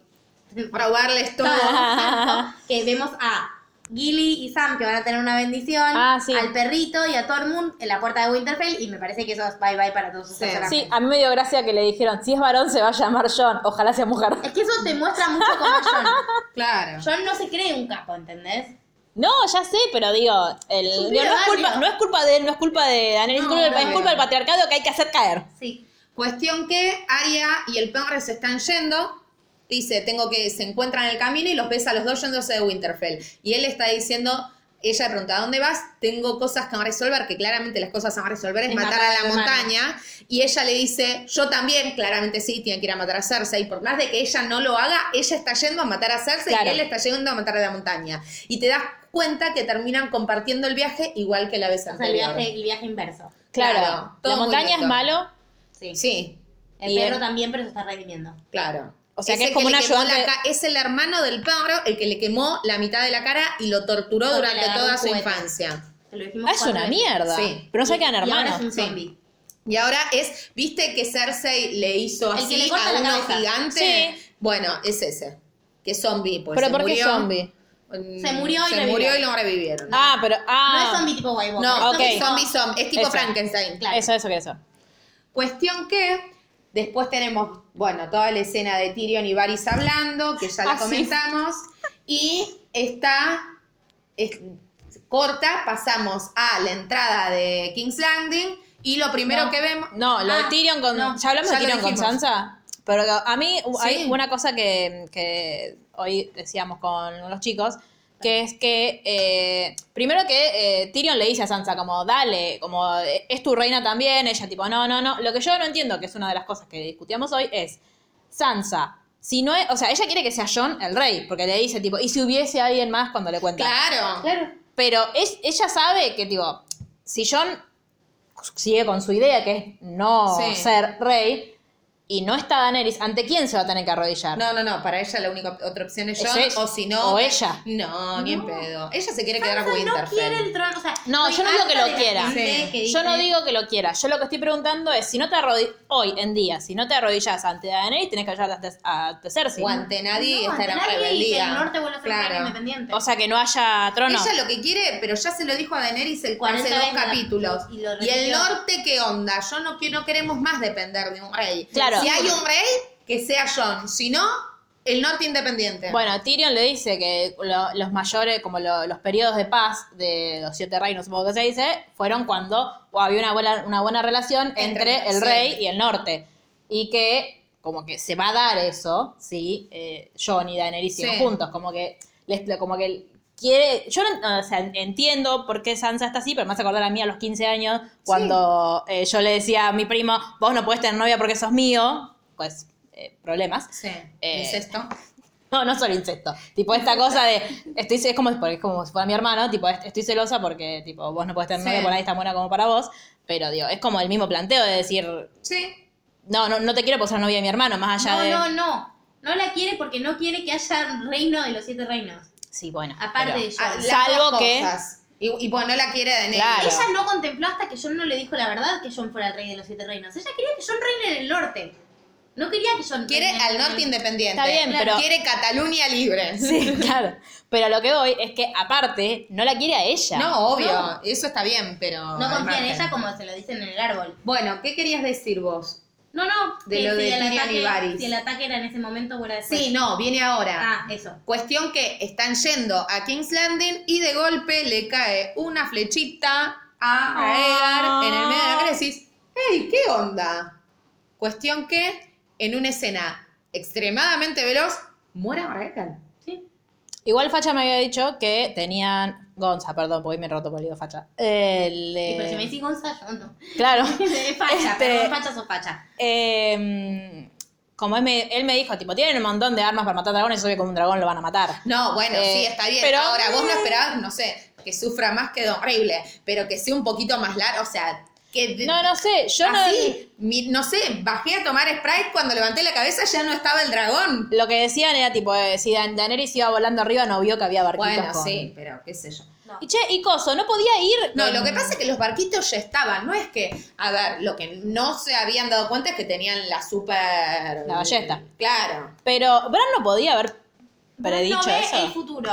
Robarles todo. Ah. que vemos a Gilly y Sam, que van a tener una bendición, Ah, sí. al perrito y a Tormund en la puerta de Winterfell, y me parece que eso es bye bye para todos sus Sí. personajes. Sí, a mí me dio gracia que le dijeron, si es varón se va a llamar John, ojalá sea mujer. Es que eso te muestra mucho cómo es John. Claro. John no se cree un capo, ¿entendés? No, ya sé, pero digo, el, un digo, no, es pibe culpa, válido. no es culpa de él, no es culpa de Daniel, No, es culpa, no, es no. culpa del patriarcado que hay que hacer caer. Sí. Cuestión que Aria y el Penre se están yendo. Dice, tengo que, se encuentran en el camino y los ves a los dos yéndose de Winterfell. Y él está diciendo, ella pregunta, ¿a dónde vas? Tengo cosas que resolver, que claramente las cosas a resolver es Es matar matar a a la tu hermana. montaña. Y ella le dice, yo también, claramente sí, tiene que ir a matar a Cersei. Y por más de que ella no lo haga, ella está yendo a matar a Cersei Claro. y él está yendo a matar a la montaña. Y te das cuenta que terminan compartiendo el viaje igual que la vez O sea, el anterior. viaje, el viaje inverso. Claro, Claro, todo la muy montaña es lindo. malo. Sí. Sí, El Y perro el- también, pero se está redimiendo. claro. O sea, Ese que es como le un quemó la ayudante- ca- Es el hermano del perro el que le quemó la mitad de la cara y lo torturó Porque le durante agarró toda un su cohete. infancia. Te lo dijimos Ah, es cuatro una veces. mierda. Sí. Pero no se quedan Y ahora es hermanos. un zombie. Y ahora es, ¿viste que Cersei le hizo El que así le corta a la uno cabeza. gigante? Bueno, es ese. Que es zombie, pues. ¿Pero se por qué murió. zombie? Mm, Se murió y se revivieron. murió y lo revivieron. Ah, pero. Ah. No es zombie tipo White Walker. no, ok. es zombie, zombie. Es tipo Eso. Frankenstein. Claro. Eso, eso, que eso. Cuestión que después tenemos, bueno, toda la escena de Tyrion y Varys hablando, que ya la Ah, sí. comentamos, y está es- corta, pasamos a la entrada de King's Landing y lo primero No. que vemos... No, lo de Ah, Tyrion con. no, ya hablamos ya de lo Tyrion con dijimos. Sansa. Pero a mí hay Sí. una cosa que, que hoy decíamos con los chicos, que es que eh, primero que eh, Tyrion le dice a Sansa como, dale, como eh, es tu reina también, ella tipo, no, no, no. Lo que yo no entiendo, que es una de las cosas que discutíamos hoy, es Sansa, si no es, o sea, ella quiere que sea John el rey, porque le dice tipo, y si hubiese alguien más cuando le cuenta. Claro. Pero es, ella sabe que, digo, si John sigue con su idea, que es no Sí. ser rey, y no está Daenerys, ¿ante quién se va a tener que arrodillar? No, no, no, para ella la única otra opción es Es Jon, ella. o si no... O ella. No, ni en pedo. Ella se quiere quedar a Sansa no Winterfell. quiere el trono. O sea, No, estoy yo no digo harta que lo de la quiera. gente Sí. que Yo no dice- digo que lo quiera. Yo lo que estoy preguntando es, si no te arrodillas, hoy en día, si no te arrodillas ante Daenerys, tenés que ayudar a, a Cersei. O ante nadie No, está en ante nadie y que rebeldía. El norte vuelve a ser un Claro. país independiente. O sea, que no haya trono. Ella lo que quiere, pero ya se lo dijo a Daenerys el 40 hace dos veces la- capítulos. y lo Y, el repitió. norte, ¿qué onda? Yo no, que- no queremos más depender de un rey. Claro. Si hay un rey, que sea John. Si no, el norte independiente. Bueno, Tyrion le dice que lo- los mayores, como lo- los periodos de paz de los siete reinos, supongo que se dice, fueron cuando o había una buena, una buena relación entre, Entre- el sí. rey y el norte. Y que como que se va a dar eso, si eh, Jon y Daenerys siguen Sí. juntos, como que les, como que quiere, yo no- o sea, entiendo por qué Sansa está así, pero me hace acordar a mí a los 15 años cuando eh, yo le decía a mi primo, vos no podés tener novia porque sos mío, pues eh, problemas. Sí, Eh, es esto. No, no solo incesto. Tipo, esta cosa de. Estoy, es, como, porque es como si fuera mi hermano, tipo, est- estoy celosa porque, tipo, vos no podés tener Sí. novia por ahí tan buena como para vos. Pero, digo, es como el mismo planteo de decir, Sí. no, no, no te quiero posar novia de mi hermano, más allá no, de. no, no. No la quiere porque no quiere que haya reino de los siete reinos. Sí, bueno. Aparte pero- de Jon. Ah, las Salvo dos que- cosas. Y, y bueno, no la quiere Daenerys. Claro. Ella no contempló hasta que John no le dijo la verdad que John fuera el rey de los siete reinos. Ella quería que John reine en el norte. No quería que John Quiere reine al en- norte independiente. Está bien, pero- Quiere Cataluña libre. Sí, claro. Pero a lo que voy es que, aparte, no la quiere a ella. No, obvio. Eso está bien, pero. No al confía margen. en ella como se lo dicen en el árbol. Bueno, ¿qué querías decir vos? No, no. De que lo de el Tyrion y ataque- Varys. Si el ataque era en ese momento o era después. Sí, no, viene ahora. Ah, eso. Cuestión que están yendo a King's Landing y de golpe le cae una flechita a Rhaegar en el Ah. medio de la cara y decís, ¡Ey, qué onda! Cuestión que en una escena extremadamente veloz, muera Rhaegar. Igual Facha me había dicho que tenían. Gonza, perdón, porque hoy me roto por el Facha. El, Y pero si eh, me decís Gonzalo, yo no. Claro. es facha, Este- perdón, facha sos facha. Eh, como él me, él me dijo, tipo, tienen un montón de armas para matar dragones, obvio como un dragón lo van a matar. No, bueno, Eh, sí, está bien. pero- mm. Ahora, vos no esperabas, no sé, que sufra más que Don Horrible, pero que sea un poquito más largo, o sea, que... No, no sé, yo no... así, mi- no sé, bajé a tomar Sprite, cuando levanté la cabeza ya no estaba el dragón. Lo que decían era tipo, eh, si Dan- Daenerys iba volando arriba no vio que había barquitos Bueno, con- sí, pero qué sé yo. Y che, y Coso, no podía ir... No, con- lo que pasa es que los barquitos ya estaban, no es que, a ver, lo que no se habían dado cuenta es que tenían la super... La ballesta. Claro. Pero Bran no podía haber predicho no ve eso. el futuro.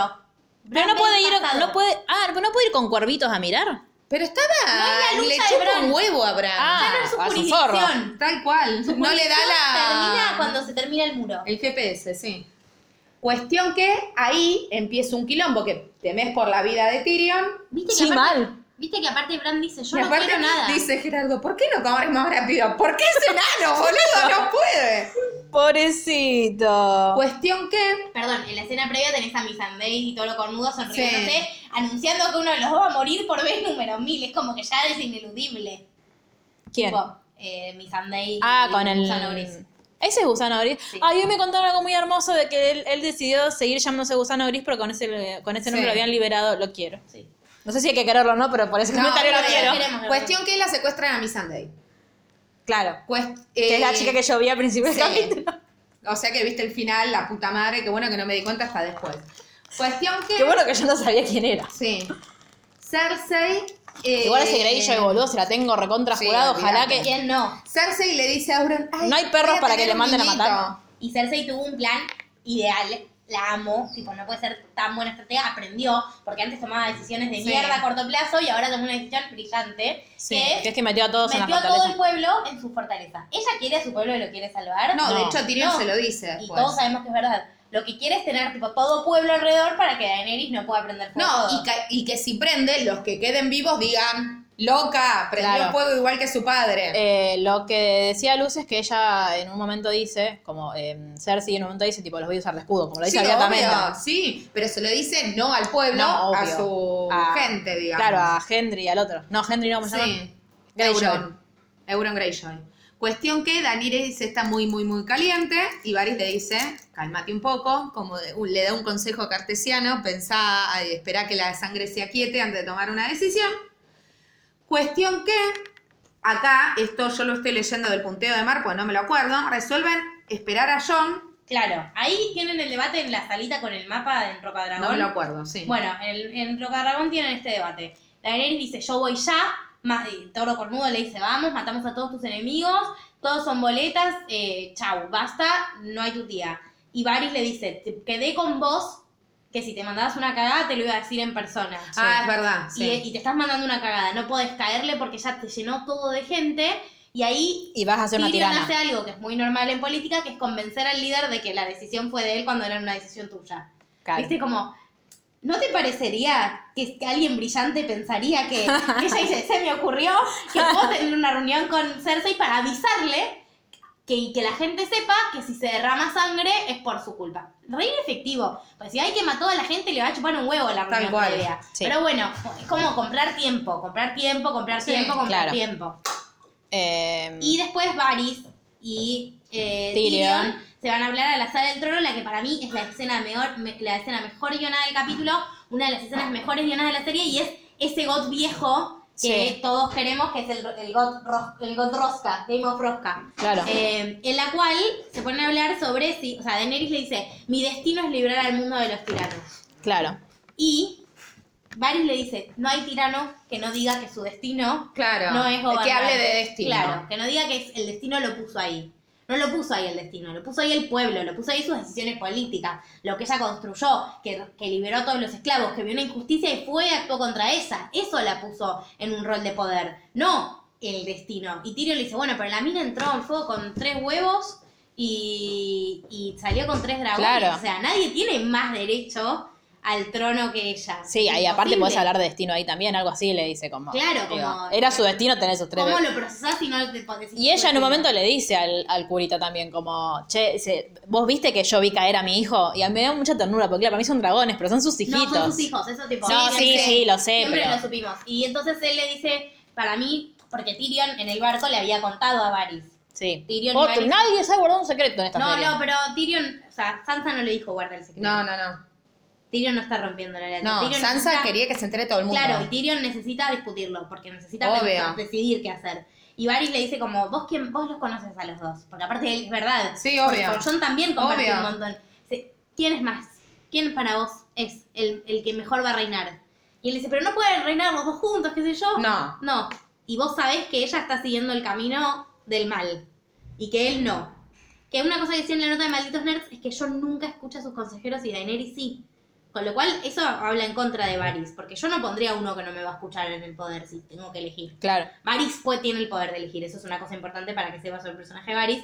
Pero no ve puede el ir, pasado. no puede... Ah, pero no puede ir con cuervitos a mirar. Pero estaba, No es la lucha le de chupa Bran. un huevo a Bran. Ah, Ya no es su a su jurisdicción. forro. Tal cual. Su No le da jurisdicción la... Termina cuando se termina el muro. El GPS, sí. Cuestión que ahí empieza un quilombo que temes por la vida de Tyrion. ¿Viste que Sí, aparte- mal. Viste que aparte Bran dice, yo Y no aparte quiero nada. dice Gerardo, ¿por qué no corres más rápido? ¿Por qué es enano, boludo? No puede. Pobrecito. Cuestión que Perdón, en la escena previa tenés a Missandei y todo lo cornudo sonriéndose, Sí. anunciando que uno de los dos va a morir por vez número mil. Es como que ya es ineludible. ¿Quién? Tipo, eh, Missandei. Ah, y con el. Gusano Gris. Ese es Gusano Gris. Sí. Ay, hoy me contaron algo muy hermoso de que él, él decidió seguir llamándose Gusano Gris, pero con ese, con ese nombre Sí. lo habían liberado. Lo quiero. Sí. No sé si hay que quererlo o no, pero por ese No, comentario lo no, quiero. no, queremos, no. Cuestión que la secuestran a Miss Sunday. Claro. Cuest- que eh, es la chica que yo vi al principio del sí. capítulo. O sea que viste el final, la puta madre, que bueno que no me di cuenta hasta después. Cuestión que. Qué bueno que yo no sabía quién era. Sí. Cersei. eh, Igual ese Greyjoy, boludo, se la tengo recontra sí, jurado. Ojalá olvidate. que. ¿Quién no? Cersei le dice a Euron. "Ay, No hay perros voy a para que tener le un manden a niñito". matar. Y Cersei tuvo un plan ideal. La amo, tipo, no puede ser tan buena estratega. Aprendió, porque antes tomaba decisiones de Sí. mierda a corto plazo y ahora tomó una decisión brillante. Sí, que que es que metió a todos en metió la a todo el fortaleza. pueblo en su fortaleza. Ella quiere a su pueblo y lo quiere salvar. No, de No, hecho Tyrion no. se lo dice. Y después. todos sabemos que es verdad. Lo que quiere es tener tipo todo pueblo alrededor para que Daenerys no pueda prender fuego. No, a todo. y, ca- y que si prende, los que queden vivos digan, loca, prendió Claro. fuego igual que su padre. Eh, lo que decía Luz es que ella en un momento dice, como eh, Cersei en un momento dice, tipo, los voy a usar de escudo, como lo sí, dice abiertamente. obvio, sí, pero se lo dice no al pueblo, No, obvio. a su A- gente, digamos. Claro, a Henry, al otro. No, Henry no, ¿cómo se llama? Sí. Greyjoy. Euron. Euron Greyjoy. Cuestión que Daenerys está muy, muy, muy caliente y Varys le dice, cálmate un poco, como de- un- le da un consejo cartesiano, pensá, ay, esperá que la sangre se aquiete antes de tomar una decisión. Cuestión que acá, esto yo lo estoy leyendo del punteo de Marco, no me lo acuerdo, resuelven esperar a John, Claro, ahí tienen el debate en la salita con el mapa en Rocadragón. no me lo acuerdo, sí. Bueno, en, el- en Rocadragón tienen este debate. Daenerys dice, yo voy ya. Ma- y Toro Cornudo le dice, vamos, matamos a todos tus enemigos. Todos son boletas. Eh, chau, basta, no hay tu tía. Y Varys le dice, "Te- quedé con vos que si te mandabas una cagada te lo iba a decir en persona. ah, es verdad, y, sí. y te estás mandando una cagada, no podés caerle porque ya te llenó todo de gente y ahí Y vas a ser una Tyrion tirana. hace algo que es muy normal en política, que es convencer al líder de que la decisión fue de él cuando era una decisión tuya. Claro. Viste como, ¿no te parecería que, que alguien brillante pensaría que, que ella dice, se me ocurrió que puedo tener una reunión con Cersei para avisarle que, y que la gente sepa que si se derrama sangre es por su culpa? Re inefectivo. Pues si hay que mató a la gente le va a chupar un huevo la Tal reunión cual, previa. sí. Pero bueno, es como comprar tiempo, comprar tiempo, comprar Sí, tiempo, comprar claro. tiempo. Eh, Y después Varys y eh, Tyrion. Tyrion. se van a hablar a la sala del trono, la que para mí es la escena mejor, me- la escena mejor guionada del capítulo, una de las escenas mejores guionadas de la serie, y es ese God viejo que Sí. todos queremos, que es el, el, God, Ros- el God Rosca, Game of Rosca. claro. Eh, en la cual se ponen a hablar sobre si, o sea, Daenerys le dice, mi destino es librar al mundo de los tiranos. claro. Y Varys le dice, no hay tirano que no diga que su destino Claro, no es gobernar. que hable de destino. Claro, que no diga que es- el destino lo puso ahí. No lo puso ahí el destino, lo puso ahí el pueblo, lo puso ahí sus decisiones políticas, lo que ella construyó, que, que liberó a todos los esclavos, que vio una injusticia y fue y actuó contra esa. Eso la puso en un rol de poder, no el destino. Y Tirio le dice, bueno, pero la mina entró en fuego con tres huevos y, y salió con tres dragones. Claro. O sea, nadie tiene más derecho al trono que ella. Sí, ahí aparte podés Imposible. hablar de destino ahí también, algo así le dice como. Claro, digo, como- Era su destino tener esos tres. ¿Cómo bebés. lo procesás si no te podés Y ella en un momento le dice al, al curita también, como, che, dice, vos viste que yo vi caer a mi hijo. Y a mí me da mucha ternura, porque claro, para mí son dragones, pero son sus hijitos. No, son sus hijos, eso tipo. No, sí, siempre- sí, lo sé, Siempre pero. lo supimos. Y entonces él le dice, para mí, porque Tyrion en el barco le había contado a Varys. Sí. Tyrion y Otro- Varys- nadie se ha guardado un secreto en esta No, serie. no, pero Tyrion, o sea, Sansa no le dijo guarda el secreto. No, no, no. Tyrion no está rompiendo la lealtad. No, Tyrion Sansa necesita- quería que se entere todo el mundo. Claro, y Tyrion necesita discutirlo, porque necesita Obvio. pensar, decidir qué hacer. Y Varys le dice como, vos quién, vos los conoces a los dos. Porque aparte él es verdad. Sí, obvio. Porque John también compartió Obvio. un montón. Dice, ¿Quién es más? ¿Quién para vos es el, el que mejor va a reinar? Y él dice, pero no pueden reinar los dos juntos, qué sé yo. No. No. Y vos sabés que ella está siguiendo el camino del mal. Y que él no. Que una cosa que decía en la nota de Malditos Nerds es que yo nunca escucho a sus consejeros y Daenerys sí. Con lo cual, eso habla en contra de Varys. Porque yo no pondría uno que no me va a escuchar en el poder si tengo que elegir. Claro. Varys fue, tiene el poder de elegir. Eso es una cosa importante para que sepas sobre el personaje de Varys.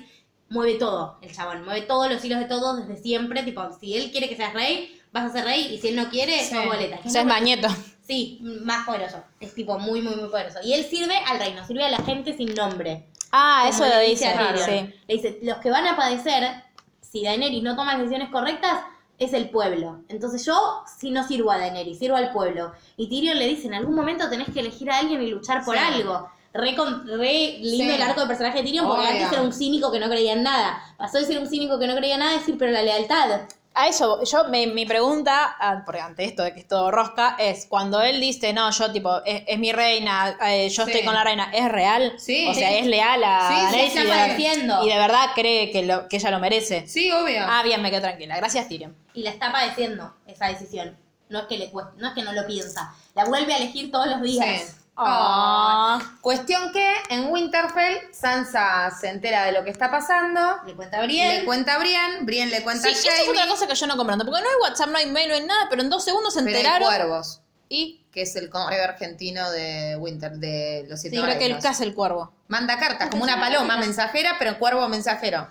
Mueve todo el chabón. Mueve todos los hilos de todo desde siempre. Tipo, si él quiere que seas rey, vas a ser rey. Y si él no quiere, Sí. sos boleta. O sea, es mañeto. Sí, más poderoso. Es tipo muy, muy, muy poderoso. Y él sirve al reino, sirve a la gente sin nombre. Ah, Como eso le lo dice dice. a Tyrion. Sí. Le dice, los que van a padecer, si Daenerys no toma las decisiones correctas, es el pueblo. Entonces yo, si no sirvo a Daenerys, sirvo al pueblo. Y Tyrion le dice, en algún momento tenés que elegir a alguien y luchar por Sí. algo. Re, con- re lindo Sí. el arco de personaje de Tyrion, porque Obvio. antes era un cínico que no creía en nada. Pasó de ser un cínico que no creía en nada a decir, pero la lealtad. A eso, yo, mi, mi pregunta, ah, porque ante esto de que es todo rosca, es cuando él dice, no, yo, tipo, es, es mi reina, eh, yo Sí. estoy con la reina, ¿es real? Sí. O sea, ¿es leal a Sí, sí, Daenerys sí, y, sí. de, Diciendo. y de verdad cree que, lo- que ella lo merece? Sí, obvio. Ah, bien, me quedo tranquila. Gracias, Tyrion. y la está padeciendo esa decisión. No es que le cueste- no es que no lo piensa. La vuelve a elegir todos los días. Sí. Oh. Oh. Ah. Cuestión que en Winterfell Sansa se entera de lo que está pasando. Le cuenta a Le Brienne. cuenta a Brian, Brian le cuenta Sí, a esa es Jaime. otra cosa que yo no comprendo. Porque no hay WhatsApp, no hay mail, no hay nada, pero en dos segundos se enteraron. Cuervos, y que es el correo argentino de Winter, de los siete sí, creo que el reinos. caso el cuervo. Manda cartas, como una paloma mensajera, pero cuervo mensajero.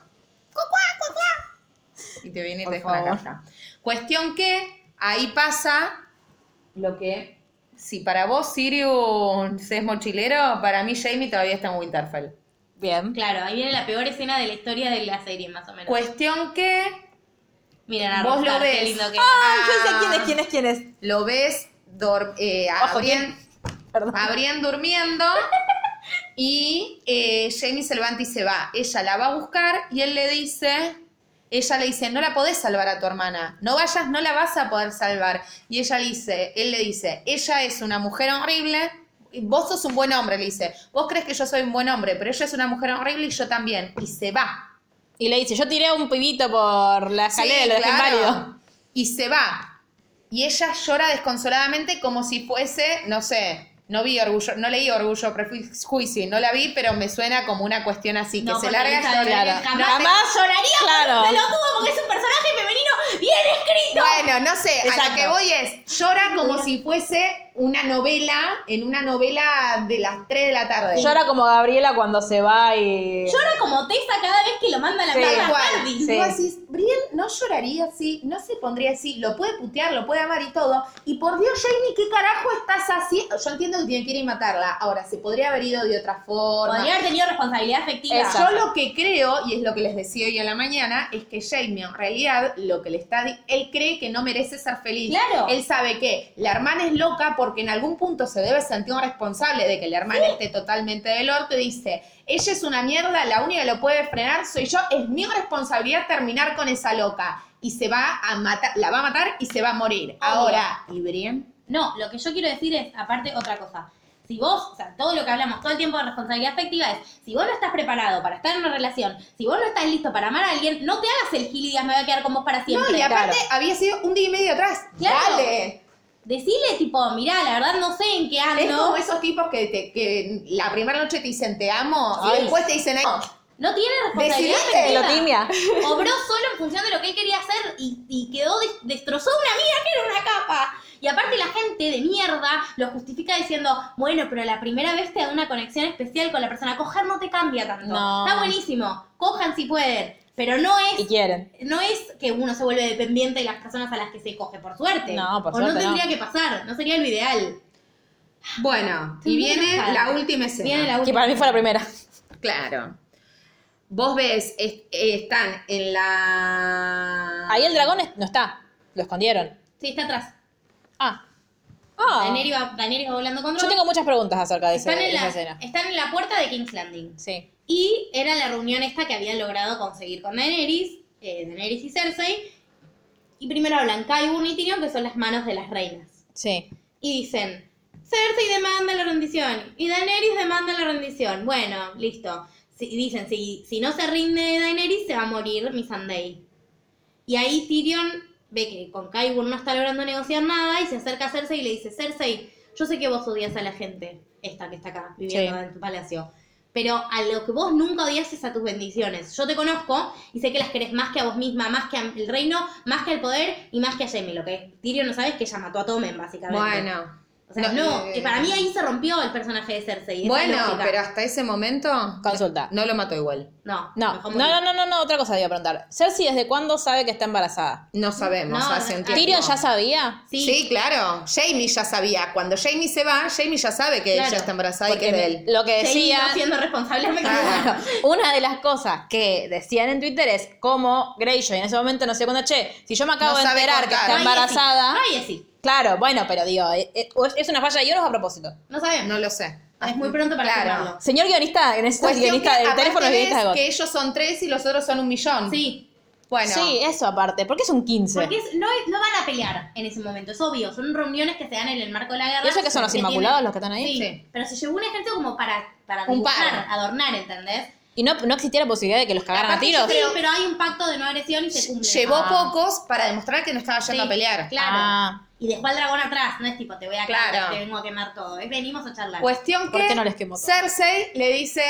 ¡Cuacuá, cuacuá! Y te viene y te Por deja una favor. carta. Cuestión que ahí pasa lo que... Si para vos Sirius es mochilero, para mí Jamie todavía está en Winterfell. Bien. Claro, ahí viene la peor escena de la historia de la serie, más o menos. Cuestión que Miren a vos Rostar, lo ves. qué lindo que Ay, yo sé quién es, quién es, quién es. lo ves dor- eh, a Ojo, Brienne- Perdón. a Brienne durmiendo y eh, Jamie se levanta y se va. Ella la va a buscar y él le dice, ella le dice, no la podés salvar a tu hermana, no vayas, no la vas a poder salvar. Y ella le dice, él le dice, ella es una mujer horrible. y Vos sos un buen hombre, le dice. Vos crees que yo soy un buen hombre, pero ella es una mujer horrible y yo también. Y se va. Y le dice, yo tiré a un pibito por la escalera, Sí, lo dejé claro. inválido. Y se va. Y ella llora desconsoladamente como si fuese, no sé, no vi orgullo, no leí orgullo, prejuicio, y no la vi, pero me suena como una cuestión así, que No, se porque larga esa a llorar. Brienne No, jamás, jamás lloraría claro. por un pelotudo porque es un personaje femenino bien escrito. Bueno, no sé, a Exacto. lo que voy es, llora como si fuese una novela, en una novela de las 3 de la tarde. Llora como Gabriela cuando se va y. Llora como Tessa cada vez que lo manda a la Sí, mierda Tal a cual. Hardy. Y vos decís, Brian no lloraría así, no se pondría así, lo puede putear, lo puede amar y todo. Y por Dios, Jamie, ¿qué carajo estás así? Yo entiendo que tiene que ir y matarla. Ahora, se podría haber ido de otra forma. Podría haber tenido responsabilidad afectiva. Exacto. Yo lo que creo, y es lo que les decía hoy a la mañana, es que Jamie en realidad lo que le está... di- Él cree que no merece ser feliz. Claro. Él sabe que la hermana es loca porque en algún punto se debe sentir responsable de que la hermana esté totalmente del orto y dice, ella es una mierda, la única que lo puede frenar soy yo, es mi responsabilidad terminar con esa loca. Y se va a matar, la va a matar y se va a morir. Oh. Ahora, ¿y Brian? No, lo que yo quiero decir es, aparte, otra cosa. Si vos, o sea, todo lo que hablamos todo el tiempo de responsabilidad afectiva es, si vos no estás preparado para estar en una relación, si vos no estás listo para amar a alguien, no te hagas el gil y digas me voy a quedar con vos para siempre. No, y aparte había sido un día y medio atrás. Claro. Dale. Decile, tipo, mirá, la verdad Ah, no sé en qué Es ando. como esos tipos que, te- que la primera noche te dicen te amo y Ay. después te dicen, "Ay, Oh. No tiene responsabilidad Decidiste, afectiva. lo timia. Obró solo en función de lo que él quería hacer y, y quedó des- destrozó una mía que era una capa. Y aparte la gente de mierda lo justifica diciendo, bueno, pero la primera vez te da una conexión especial con la persona. Coger no te cambia tanto. No. Está buenísimo. Cojan si pueden. Pero no Y es, quieren. no es que uno se vuelve dependiente de las personas a las que se coge, por suerte. No, por o suerte no no. tendría que pasar, no sería lo ideal. Bueno, Estoy y muy viene enojada. la última escena. Viene la Que última. para mí fue la primera. Claro. Vos ves, es- eh, están en la. Ahí el dragón es- no está. Lo escondieron. Sí, está atrás. Ah. Ah. Daenerys va, Daenerys va volando con Yo Drogon. tengo muchas preguntas acerca de ese- están, de en esa la, escena. están en la puerta de King's Landing. Sí. Y era la reunión esta que habían logrado conseguir con Daenerys, eh, Daenerys y Cersei. Y primero hablan Kaibun y Tyrion, que son las manos de las reinas. Sí. Y dicen, Cersei demanda la rendición y Daenerys demanda la rendición. Bueno, listo. Si- dicen, si, si no se rinde Daenerys, se va a morir Missandei. Y ahí Tyrion ve que con Kaibun no está logrando negociar nada y se acerca a Cersei y le dice, Cersei, yo sé que vos odias a la gente, esta que está acá viviendo Sí. en tu palacio. Pero a lo que vos nunca odias es a tus bendiciones. Yo te conozco y sé que las querés más que a vos misma, más que al reino, más que al poder y más que a Jaime. Lo que Tyrion no sabe es que ella mató a Tommen, básicamente. Bueno. O sea, No, no. eh. Y para mí ahí se rompió el personaje de Cersei. esa Bueno, lógica. pero hasta ese momento. Consulta. No lo mató igual. No, No, mejor no, morir. no, no, no, no, otra cosa te iba a preguntar. Cersei, ¿desde cuándo sabe que está embarazada? No sabemos. No, hace un no, tiempo. ¿Tyrion ya sabía? Sí, Sí, claro. Jamie ya sabía. Cuando Jamie se va, Jamie ya sabe que Claro. ella está embarazada y que es de él. Lo que Jamie decía... no siendo responsable me Claro. Una de las cosas que decían en Twitter es como Greyjoy en ese momento no sé cuándo, che, si yo me acabo No de sabe enterar que cortar. está No, embarazada. No, y sí. Claro, bueno, pero digo, eh, eh, es una falla de guiones o a propósito. No sabemos. No lo sé. es muy pronto para Claro. afirmarlo. Señor guionista, en este Cuestión guionista que del aparte teléfono es guionista de ves God. que ellos son tres y los otros son un millón. Sí. Bueno. Sí, eso aparte, porque es un 15. Porque es- no, es- no van a pelear en ese momento, es obvio. Son reuniones que se dan en el marco de la guerra. ¿Y ellos que son los tienen- inmaculados los que están ahí? Sí, Sí. pero se llevó un ejército como para, para Un dibujar, par. adornar, ¿entendés? Y no, no existía la posibilidad de que los cagaran a Aparte, tiros. yo Sí, pero hay un pacto de no agresión y se cumple. Llevó Ah. pocos para demostrar que no estaba yendo Sí, a pelear. Claro. Ah. Y dejó al dragón atrás, no es tipo, te voy a Claro. quemar, te vengo a quemar todo. Es venimos a charlar. Cuestión ¿Por que qué no les quemó todo? Cersei le dice,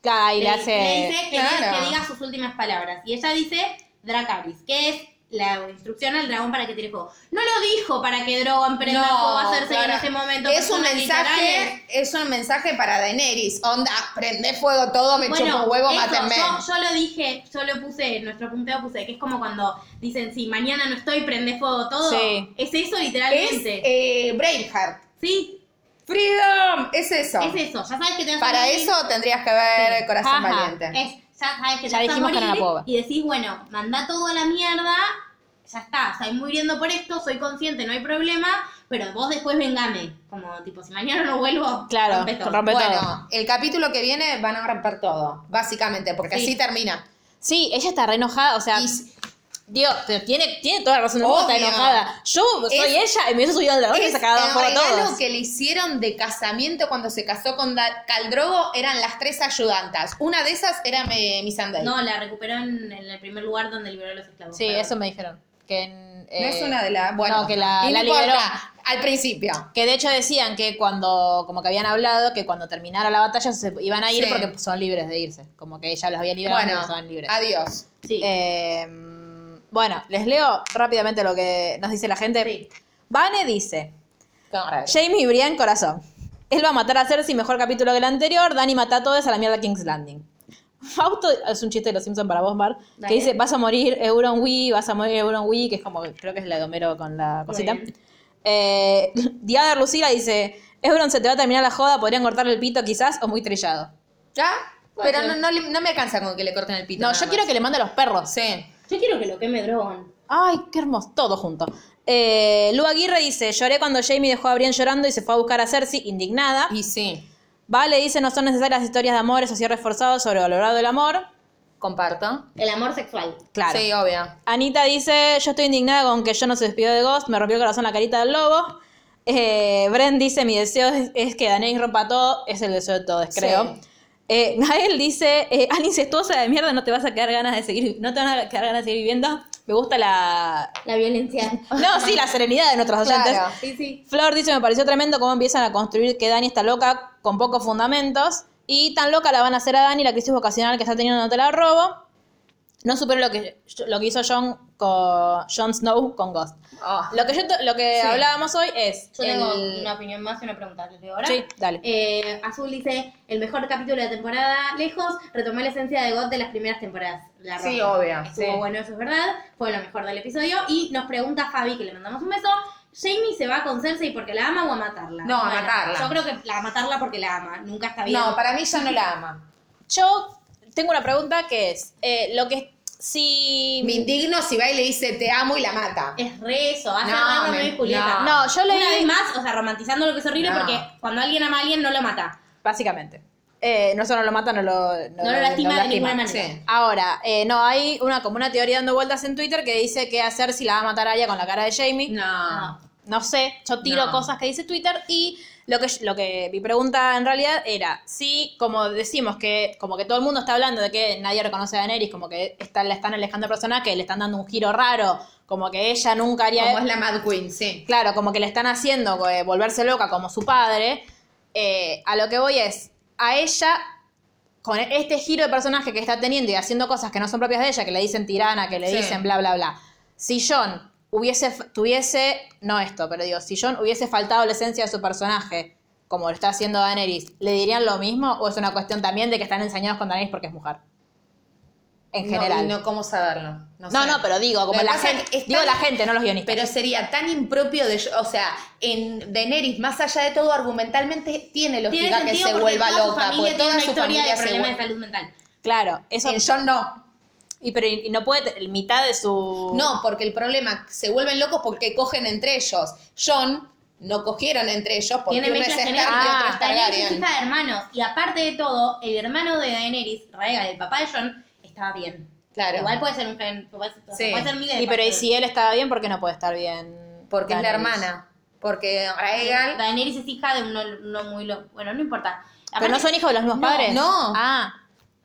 Claro, ahí le, le, hace. le dice que, Claro. diga- que diga sus últimas palabras. Y ella dice Dracaris, que es la instrucción al dragón para que tire fuego. No lo dijo para que Drogon prenda no, fuego a Cersei claro, en ese momento. Es un personas literales. mensaje, es un mensaje para Daenerys. Onda, prende fuego todo, me chupo un huevo, eso, mátenme. Yo, yo lo dije, yo lo puse, en nuestro punteo puse, que es como cuando dicen, si mañana no estoy, prende fuego todo. Sí. Es eso Es literalmente. eh, Braveheart. sí, Freedom, es eso. es eso. Ya sabes que te vas a Para morir. eso tendrías que ver Sí. Corazón Ajá. Valiente. Es, ya sabes Ya que te vas a dijimos que era morir una boba. Y decís, bueno, manda todo a la mierda, ya está, estoy muriendo por esto, soy consciente, no hay problema, pero vos después vengame. Como tipo, si mañana no vuelvo, Claro, rompe todo. rompe- Bueno, todo. el capítulo que viene van a romper todo, básicamente, porque Sí. así termina. Sí, ella está re enojada, o sea. Y- Dios, pero tiene, tiene toda la razón del mundo, está Obvio. enojada. Yo soy Es- ella y me hubiese subido al dragón y Es me sacaba el fuego a regalo todos. que le hicieron de casamiento cuando se casó con Da- Caldrogo eran las tres ayudantas. Una de esas era eh, Missandei. No, la recuperó en, en el primer lugar donde liberó a los esclavos. Sí, perdón. eso me dijeron. Que en, No eh, es una de las. Bueno, no, que la- no la importa, liberó. Al principio. Que de hecho decían que cuando, como que habían hablado, que cuando terminara la batalla se iban a ir Sí. porque son libres de irse. Como que ella los había liberado y Bueno, estaban libres. adiós. Sí. Eh, bueno, les leo rápidamente lo que nos dice la gente. Sí. Vane dice, Cámara. Jamie y Brian corazón. Él va a matar a Cersei, mejor capítulo que el anterior. Dani mata a todos a la mierda King's Landing. Fausto, es un chiste de los Simpsons para vos, Mar, Dale. que dice, vas a morir Euron Wee, vas a morir Euron Wee, que es como, creo que es la de Homero con la Muy cosita. bien. Eh, Diana Lucila dice, Euron se te va a terminar la joda, podrían cortarle el pito quizás, o muy trillado. ¿Ya? Puede Pero no, ser. no le- no me alcanza con que le corten el pito. No, nada yo quiero más. que le mande a los perros. Sí. Yo quiero que lo queme Drogon. Ay, qué hermoso, todo junto. Eh, Lu Aguirre dice, lloré cuando Jamie dejó a Brian llorando y se fue a buscar a Cersei, indignada. Y sí. Vale dice, no son necesarias historias de amores o cierres forzados sobrevalorado el amor. Comparto. El amor sexual. Claro. Sí, obvio. Anita dice, yo estoy indignada con que yo no se despidió de Ghost, me rompió el corazón la carita del lobo. Eh, Bren dice, mi deseo es, es que Daenerys rompa todo, es el deseo de todos, creo. Sí. Eh, Gael dice, eh, Ana incestuosa de mierda, no te vas a quedar ganas de seguir, no te van a quedar ganas de seguir viviendo. Me gusta la... La violencia. No, sí, la serenidad de nuestros oyentes. Claro. Sí, sí. Flor dice, me pareció tremendo cómo empiezan a construir que Dani está loca con pocos fundamentos. Y tan loca la van a hacer a Dani la crisis vocacional que está teniendo no te la robo. No supero lo que, lo que hizo John con Jon Snow con Ghost. Oh. Lo que, yo, to- lo que Sí. hablábamos hoy es... Yo tengo el- una opinión más y una pregunta. ¿Les digo ahora? Sí, dale. Eh, Azul dice, el mejor capítulo de la temporada lejos, retomó la esencia de God de las primeras temporadas. La Sí, rompe. obvio, Estuvo sí. bueno, eso es verdad. Fue lo mejor del episodio. Y nos pregunta Fabi, que le mandamos un beso, ¿Jamie se va con Cersei porque la ama o a matarla? No, a matarla. Yo creo que la a matarla porque la ama. Nunca está bien. No, para mí ya no la ama. Yo tengo una pregunta que es, eh, lo que... Si... Me indigno si va y le dice te amo y la mata. Es re eso, va a No, ser Romeo me- y Julieta. no. No, yo lo Una vi- vez más, o sea, romantizando lo que es horrible No. porque cuando alguien ama a alguien no lo mata. Básicamente. Eh, no solo lo mata, no lo... No, lo lastima de ninguna manera. Sí. Ahora, eh, no, hay una, como una teoría dando vueltas en Twitter que dice que hacer si la va a matar a ella con la cara de Jamie. No. No sé, yo tiro No. cosas que dice Twitter y lo que, lo que mi pregunta en realidad era si, como decimos que, como que todo el mundo está hablando de que nadie reconoce a Daenerys, como que está, la están alejando de personaje, le están dando un giro raro, como que ella nunca haría... Como es la Mad Queen, sí. Claro, como que le están haciendo eh, volverse loca como su padre. eh, a lo que voy es, a ella, con este giro de personaje que está teniendo y haciendo cosas que no son propias de ella, que le dicen tirana, que le Sí. dicen bla, bla, bla. Si John hubiese, tuviese, no esto, pero digo, si John hubiese faltado la esencia de su personaje, como lo está haciendo Daenerys, ¿le dirían lo mismo? ¿O es una cuestión también de que están enseñados con Daenerys porque es mujer? En general. No, y no cómo saberlo. No, No, sé. no, pero digo, Lo como que la pasa gente. es que es Digo tan- la gente, no los guionistas. Pero sería tan impropio de. O sea, en Daenerys, más allá de todo, argumentalmente tiene Tiene lógica que sentido se porque vuelva toda su loca. familia Porque tiene toda una su historia familia de se problemas de vuelve. salud mental. claro, eso. En John no. y, pero y no puede. te- Mitad de su. No, porque el problema, se vuelven locos porque cogen entre ellos. John no cogieron entre ellos porque Tiene Ah, uno es mezclas Stark y genéticas. otro es Daenerys es Targaryen. hija de hermanos. Y aparte de todo, el hermano de Daenerys, Rhaegal, el papá de John, estaba bien. Claro. Igual puede ser un gen, puede ser, Sí. puede ser miles de Y pero y factores. si él estaba bien, ¿por qué no puede estar bien? Porque es la Daenerys? hermana. Porque Raegal. Daenerys es hija de un no, no muy loco. Bueno, no importa. ¿Pero no Aparte, son hijos de los mismos No, padres? no. Ah.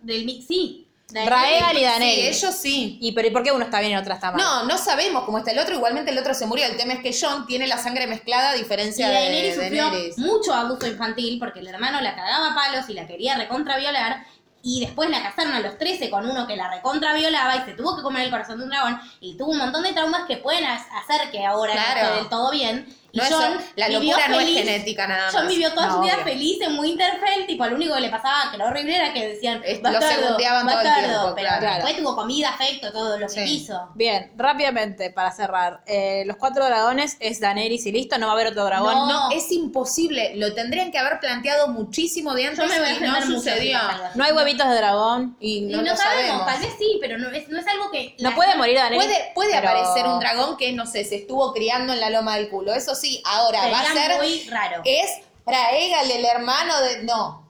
Del mi- sí. Rhaegal y Sí, Daenerys. ellos sí. ¿Y, pero, ¿Y por qué uno está bien y otro está mal? No, no sabemos cómo está el otro. Igualmente el otro se murió. El tema es que John tiene la sangre mezclada a Y diferencia de Daenerys sufrió Daenerys. mucho abuso infantil porque el hermano la cagaba a palos y la quería recontraviolar. Y después la casaron a los 13 con uno que la recontraviolaba y se tuvo que comer el corazón de un dragón. Y tuvo un montón de traumas que pueden ha- hacer que ahora no Claro. esté del todo bien. Y No es- John la vivió locura no es feliz- genética nada más. John vivió toda No, su vida obvio. feliz en Winterfell, tipo, lo único que le pasaba que lo horrible era que decían, Es- lo bastardo, segundeaban todo el bastardo", tiempo, pero claro. después tuvo comida, afecto, todo lo que Sí. quiso. Bien, rápidamente, para cerrar. Eh, los cuatro dragones es Daenerys y listo, no va a haber otro dragón. No, No, es imposible. Lo tendrían que haber planteado muchísimo de antes Yo me voy a y no defender mucho. si sucedió. pasa algo así. No hay huevitos de dragón. Y Y no, no, lo sabemos, tal vez sí, pero no es, no es algo que... No la- puede morir Daenerys. Puede, puede pero- aparecer un dragón que, no sé, se estuvo criando en la loma del culo. Eso sí, ahora Sería va a ser. muy raro. Es Raegal, el hermano de. No.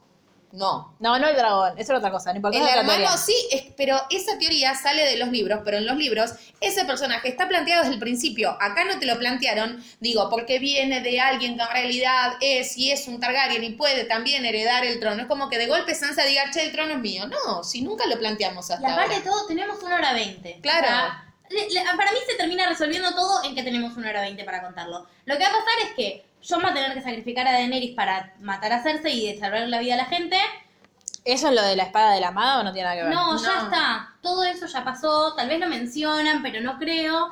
No. No, no el dragón, eso era otra cosa, no importa. El es otra hermano teoría. sí, es- pero esa teoría sale de los libros, pero en los libros ese personaje está planteado desde el principio. Acá no te lo plantearon, digo, porque viene de alguien que en realidad es y es un Targaryen y puede también heredar el trono. Es como que de golpe Sansa diga, che, el trono es mío. No, si nunca lo planteamos Y hasta aparte de ahora. todo, tenemos una hora veinte. Claro. O sea, le- le- para mí se termina resolviendo todo en que tenemos una hora veinte para contarlo. Lo que va a pasar es que John va a tener que sacrificar a Daenerys para matar a Cersei y de salvar la vida a la gente. ¿Eso es lo de la espada de la amada o no tiene nada que ver? No, ya No. está. Todo eso ya pasó. Tal vez lo mencionan, pero no creo.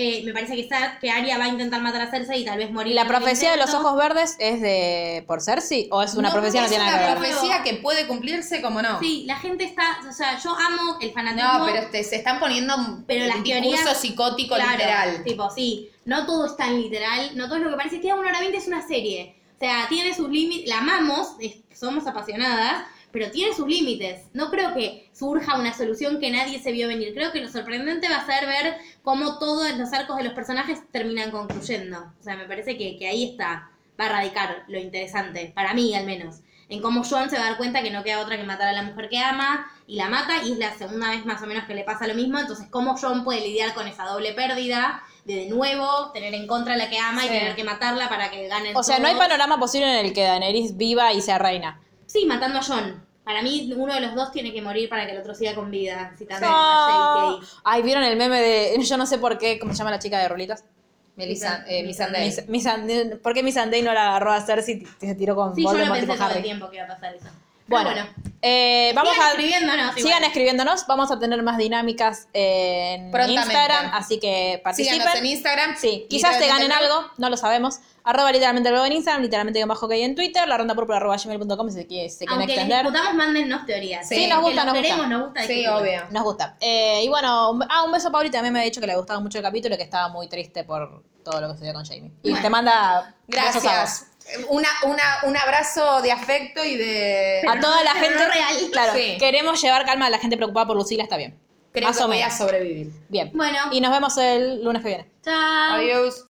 Eh, me parece que, está, que Arya va a intentar matar a Cersei y tal vez morir. ¿Y la en el profecía de los intento. ojos verdes es de por Cersei o es una profecía que no es tiene nada una que ver? profecía que puede cumplirse como no. Sí, la gente está. O sea, yo amo el fanatismo. No, pero te- se están poniendo un Pero las discurso teorías- psicótico Claro, literal. Tipo, sí, no todo es tan literal, no todo es lo que parece. Queda una hora veinte, es una serie. O sea, tiene sus límites, la amamos, es- somos apasionadas, pero tiene sus límites. No creo que surja una solución que nadie se vio venir. Creo que lo sorprendente va a ser ver cómo todos los arcos de los personajes terminan concluyendo. O sea, me parece que, que ahí está, va a radicar lo interesante, para mí al menos. En cómo John se va a dar cuenta que no queda otra que matar a la mujer que ama y la mata, y es la segunda vez más o menos que le pasa lo mismo. Entonces, cómo John puede lidiar con esa doble pérdida de de nuevo tener en contra a la que ama y Sí. tener que matarla para que gane O sea, no hay panorama posible en el que Daenerys viva y sea reina. Sí, matando a John. Para mí, uno de los dos tiene que morir para que el otro siga con vida. Citando a No. Jake. Ay, ¿vieron el meme de yo no sé por qué, cómo se llama la chica de rulitas? Melissa, eh, Missandei. Miss- Miss Ande- ¿Por qué Miss Anday no la agarró a Cersei y se tiró con Sí, yo lo Voldemort pensé tipo todo Harry? el tiempo que iba a pasar eso. Pero Bueno, eh, vamos sigan a... escribiéndonos. Sigan igual. escribiéndonos, vamos a tener más dinámicas en Prontamente. Instagram, así que participen. Síganos en Instagram. Sí, quizás te ganen Literalmente algo, no lo sabemos. Arroba literalmente el blog en Instagram, literalmente guión bajo que hay en Twitter, la ronda púrpura arroba gmail.com si se quiere- se quieren Aunque les extender. discutamos, mándennos teorías. Sí, nos Que gusta, los nos gusta. queremos, nos gusta. Sí, discutir. obvio. Nos gusta. Eh, y bueno, un- ah, un beso a Pauli también me ha dicho que le gustaba mucho el capítulo y que estaba muy triste por todo lo que sucedió con Jamie. Y Bueno. te manda besos a vos. Gracias. Una, una, un abrazo de afecto y de. A toda la gente no real. Claro, Sí. queremos llevar calma a la gente preocupada por Lucila, está bien. Creo más que o voy a menos. sobrevivir. Bien. Bueno, Y nos vemos el lunes que viene. chao. Adiós.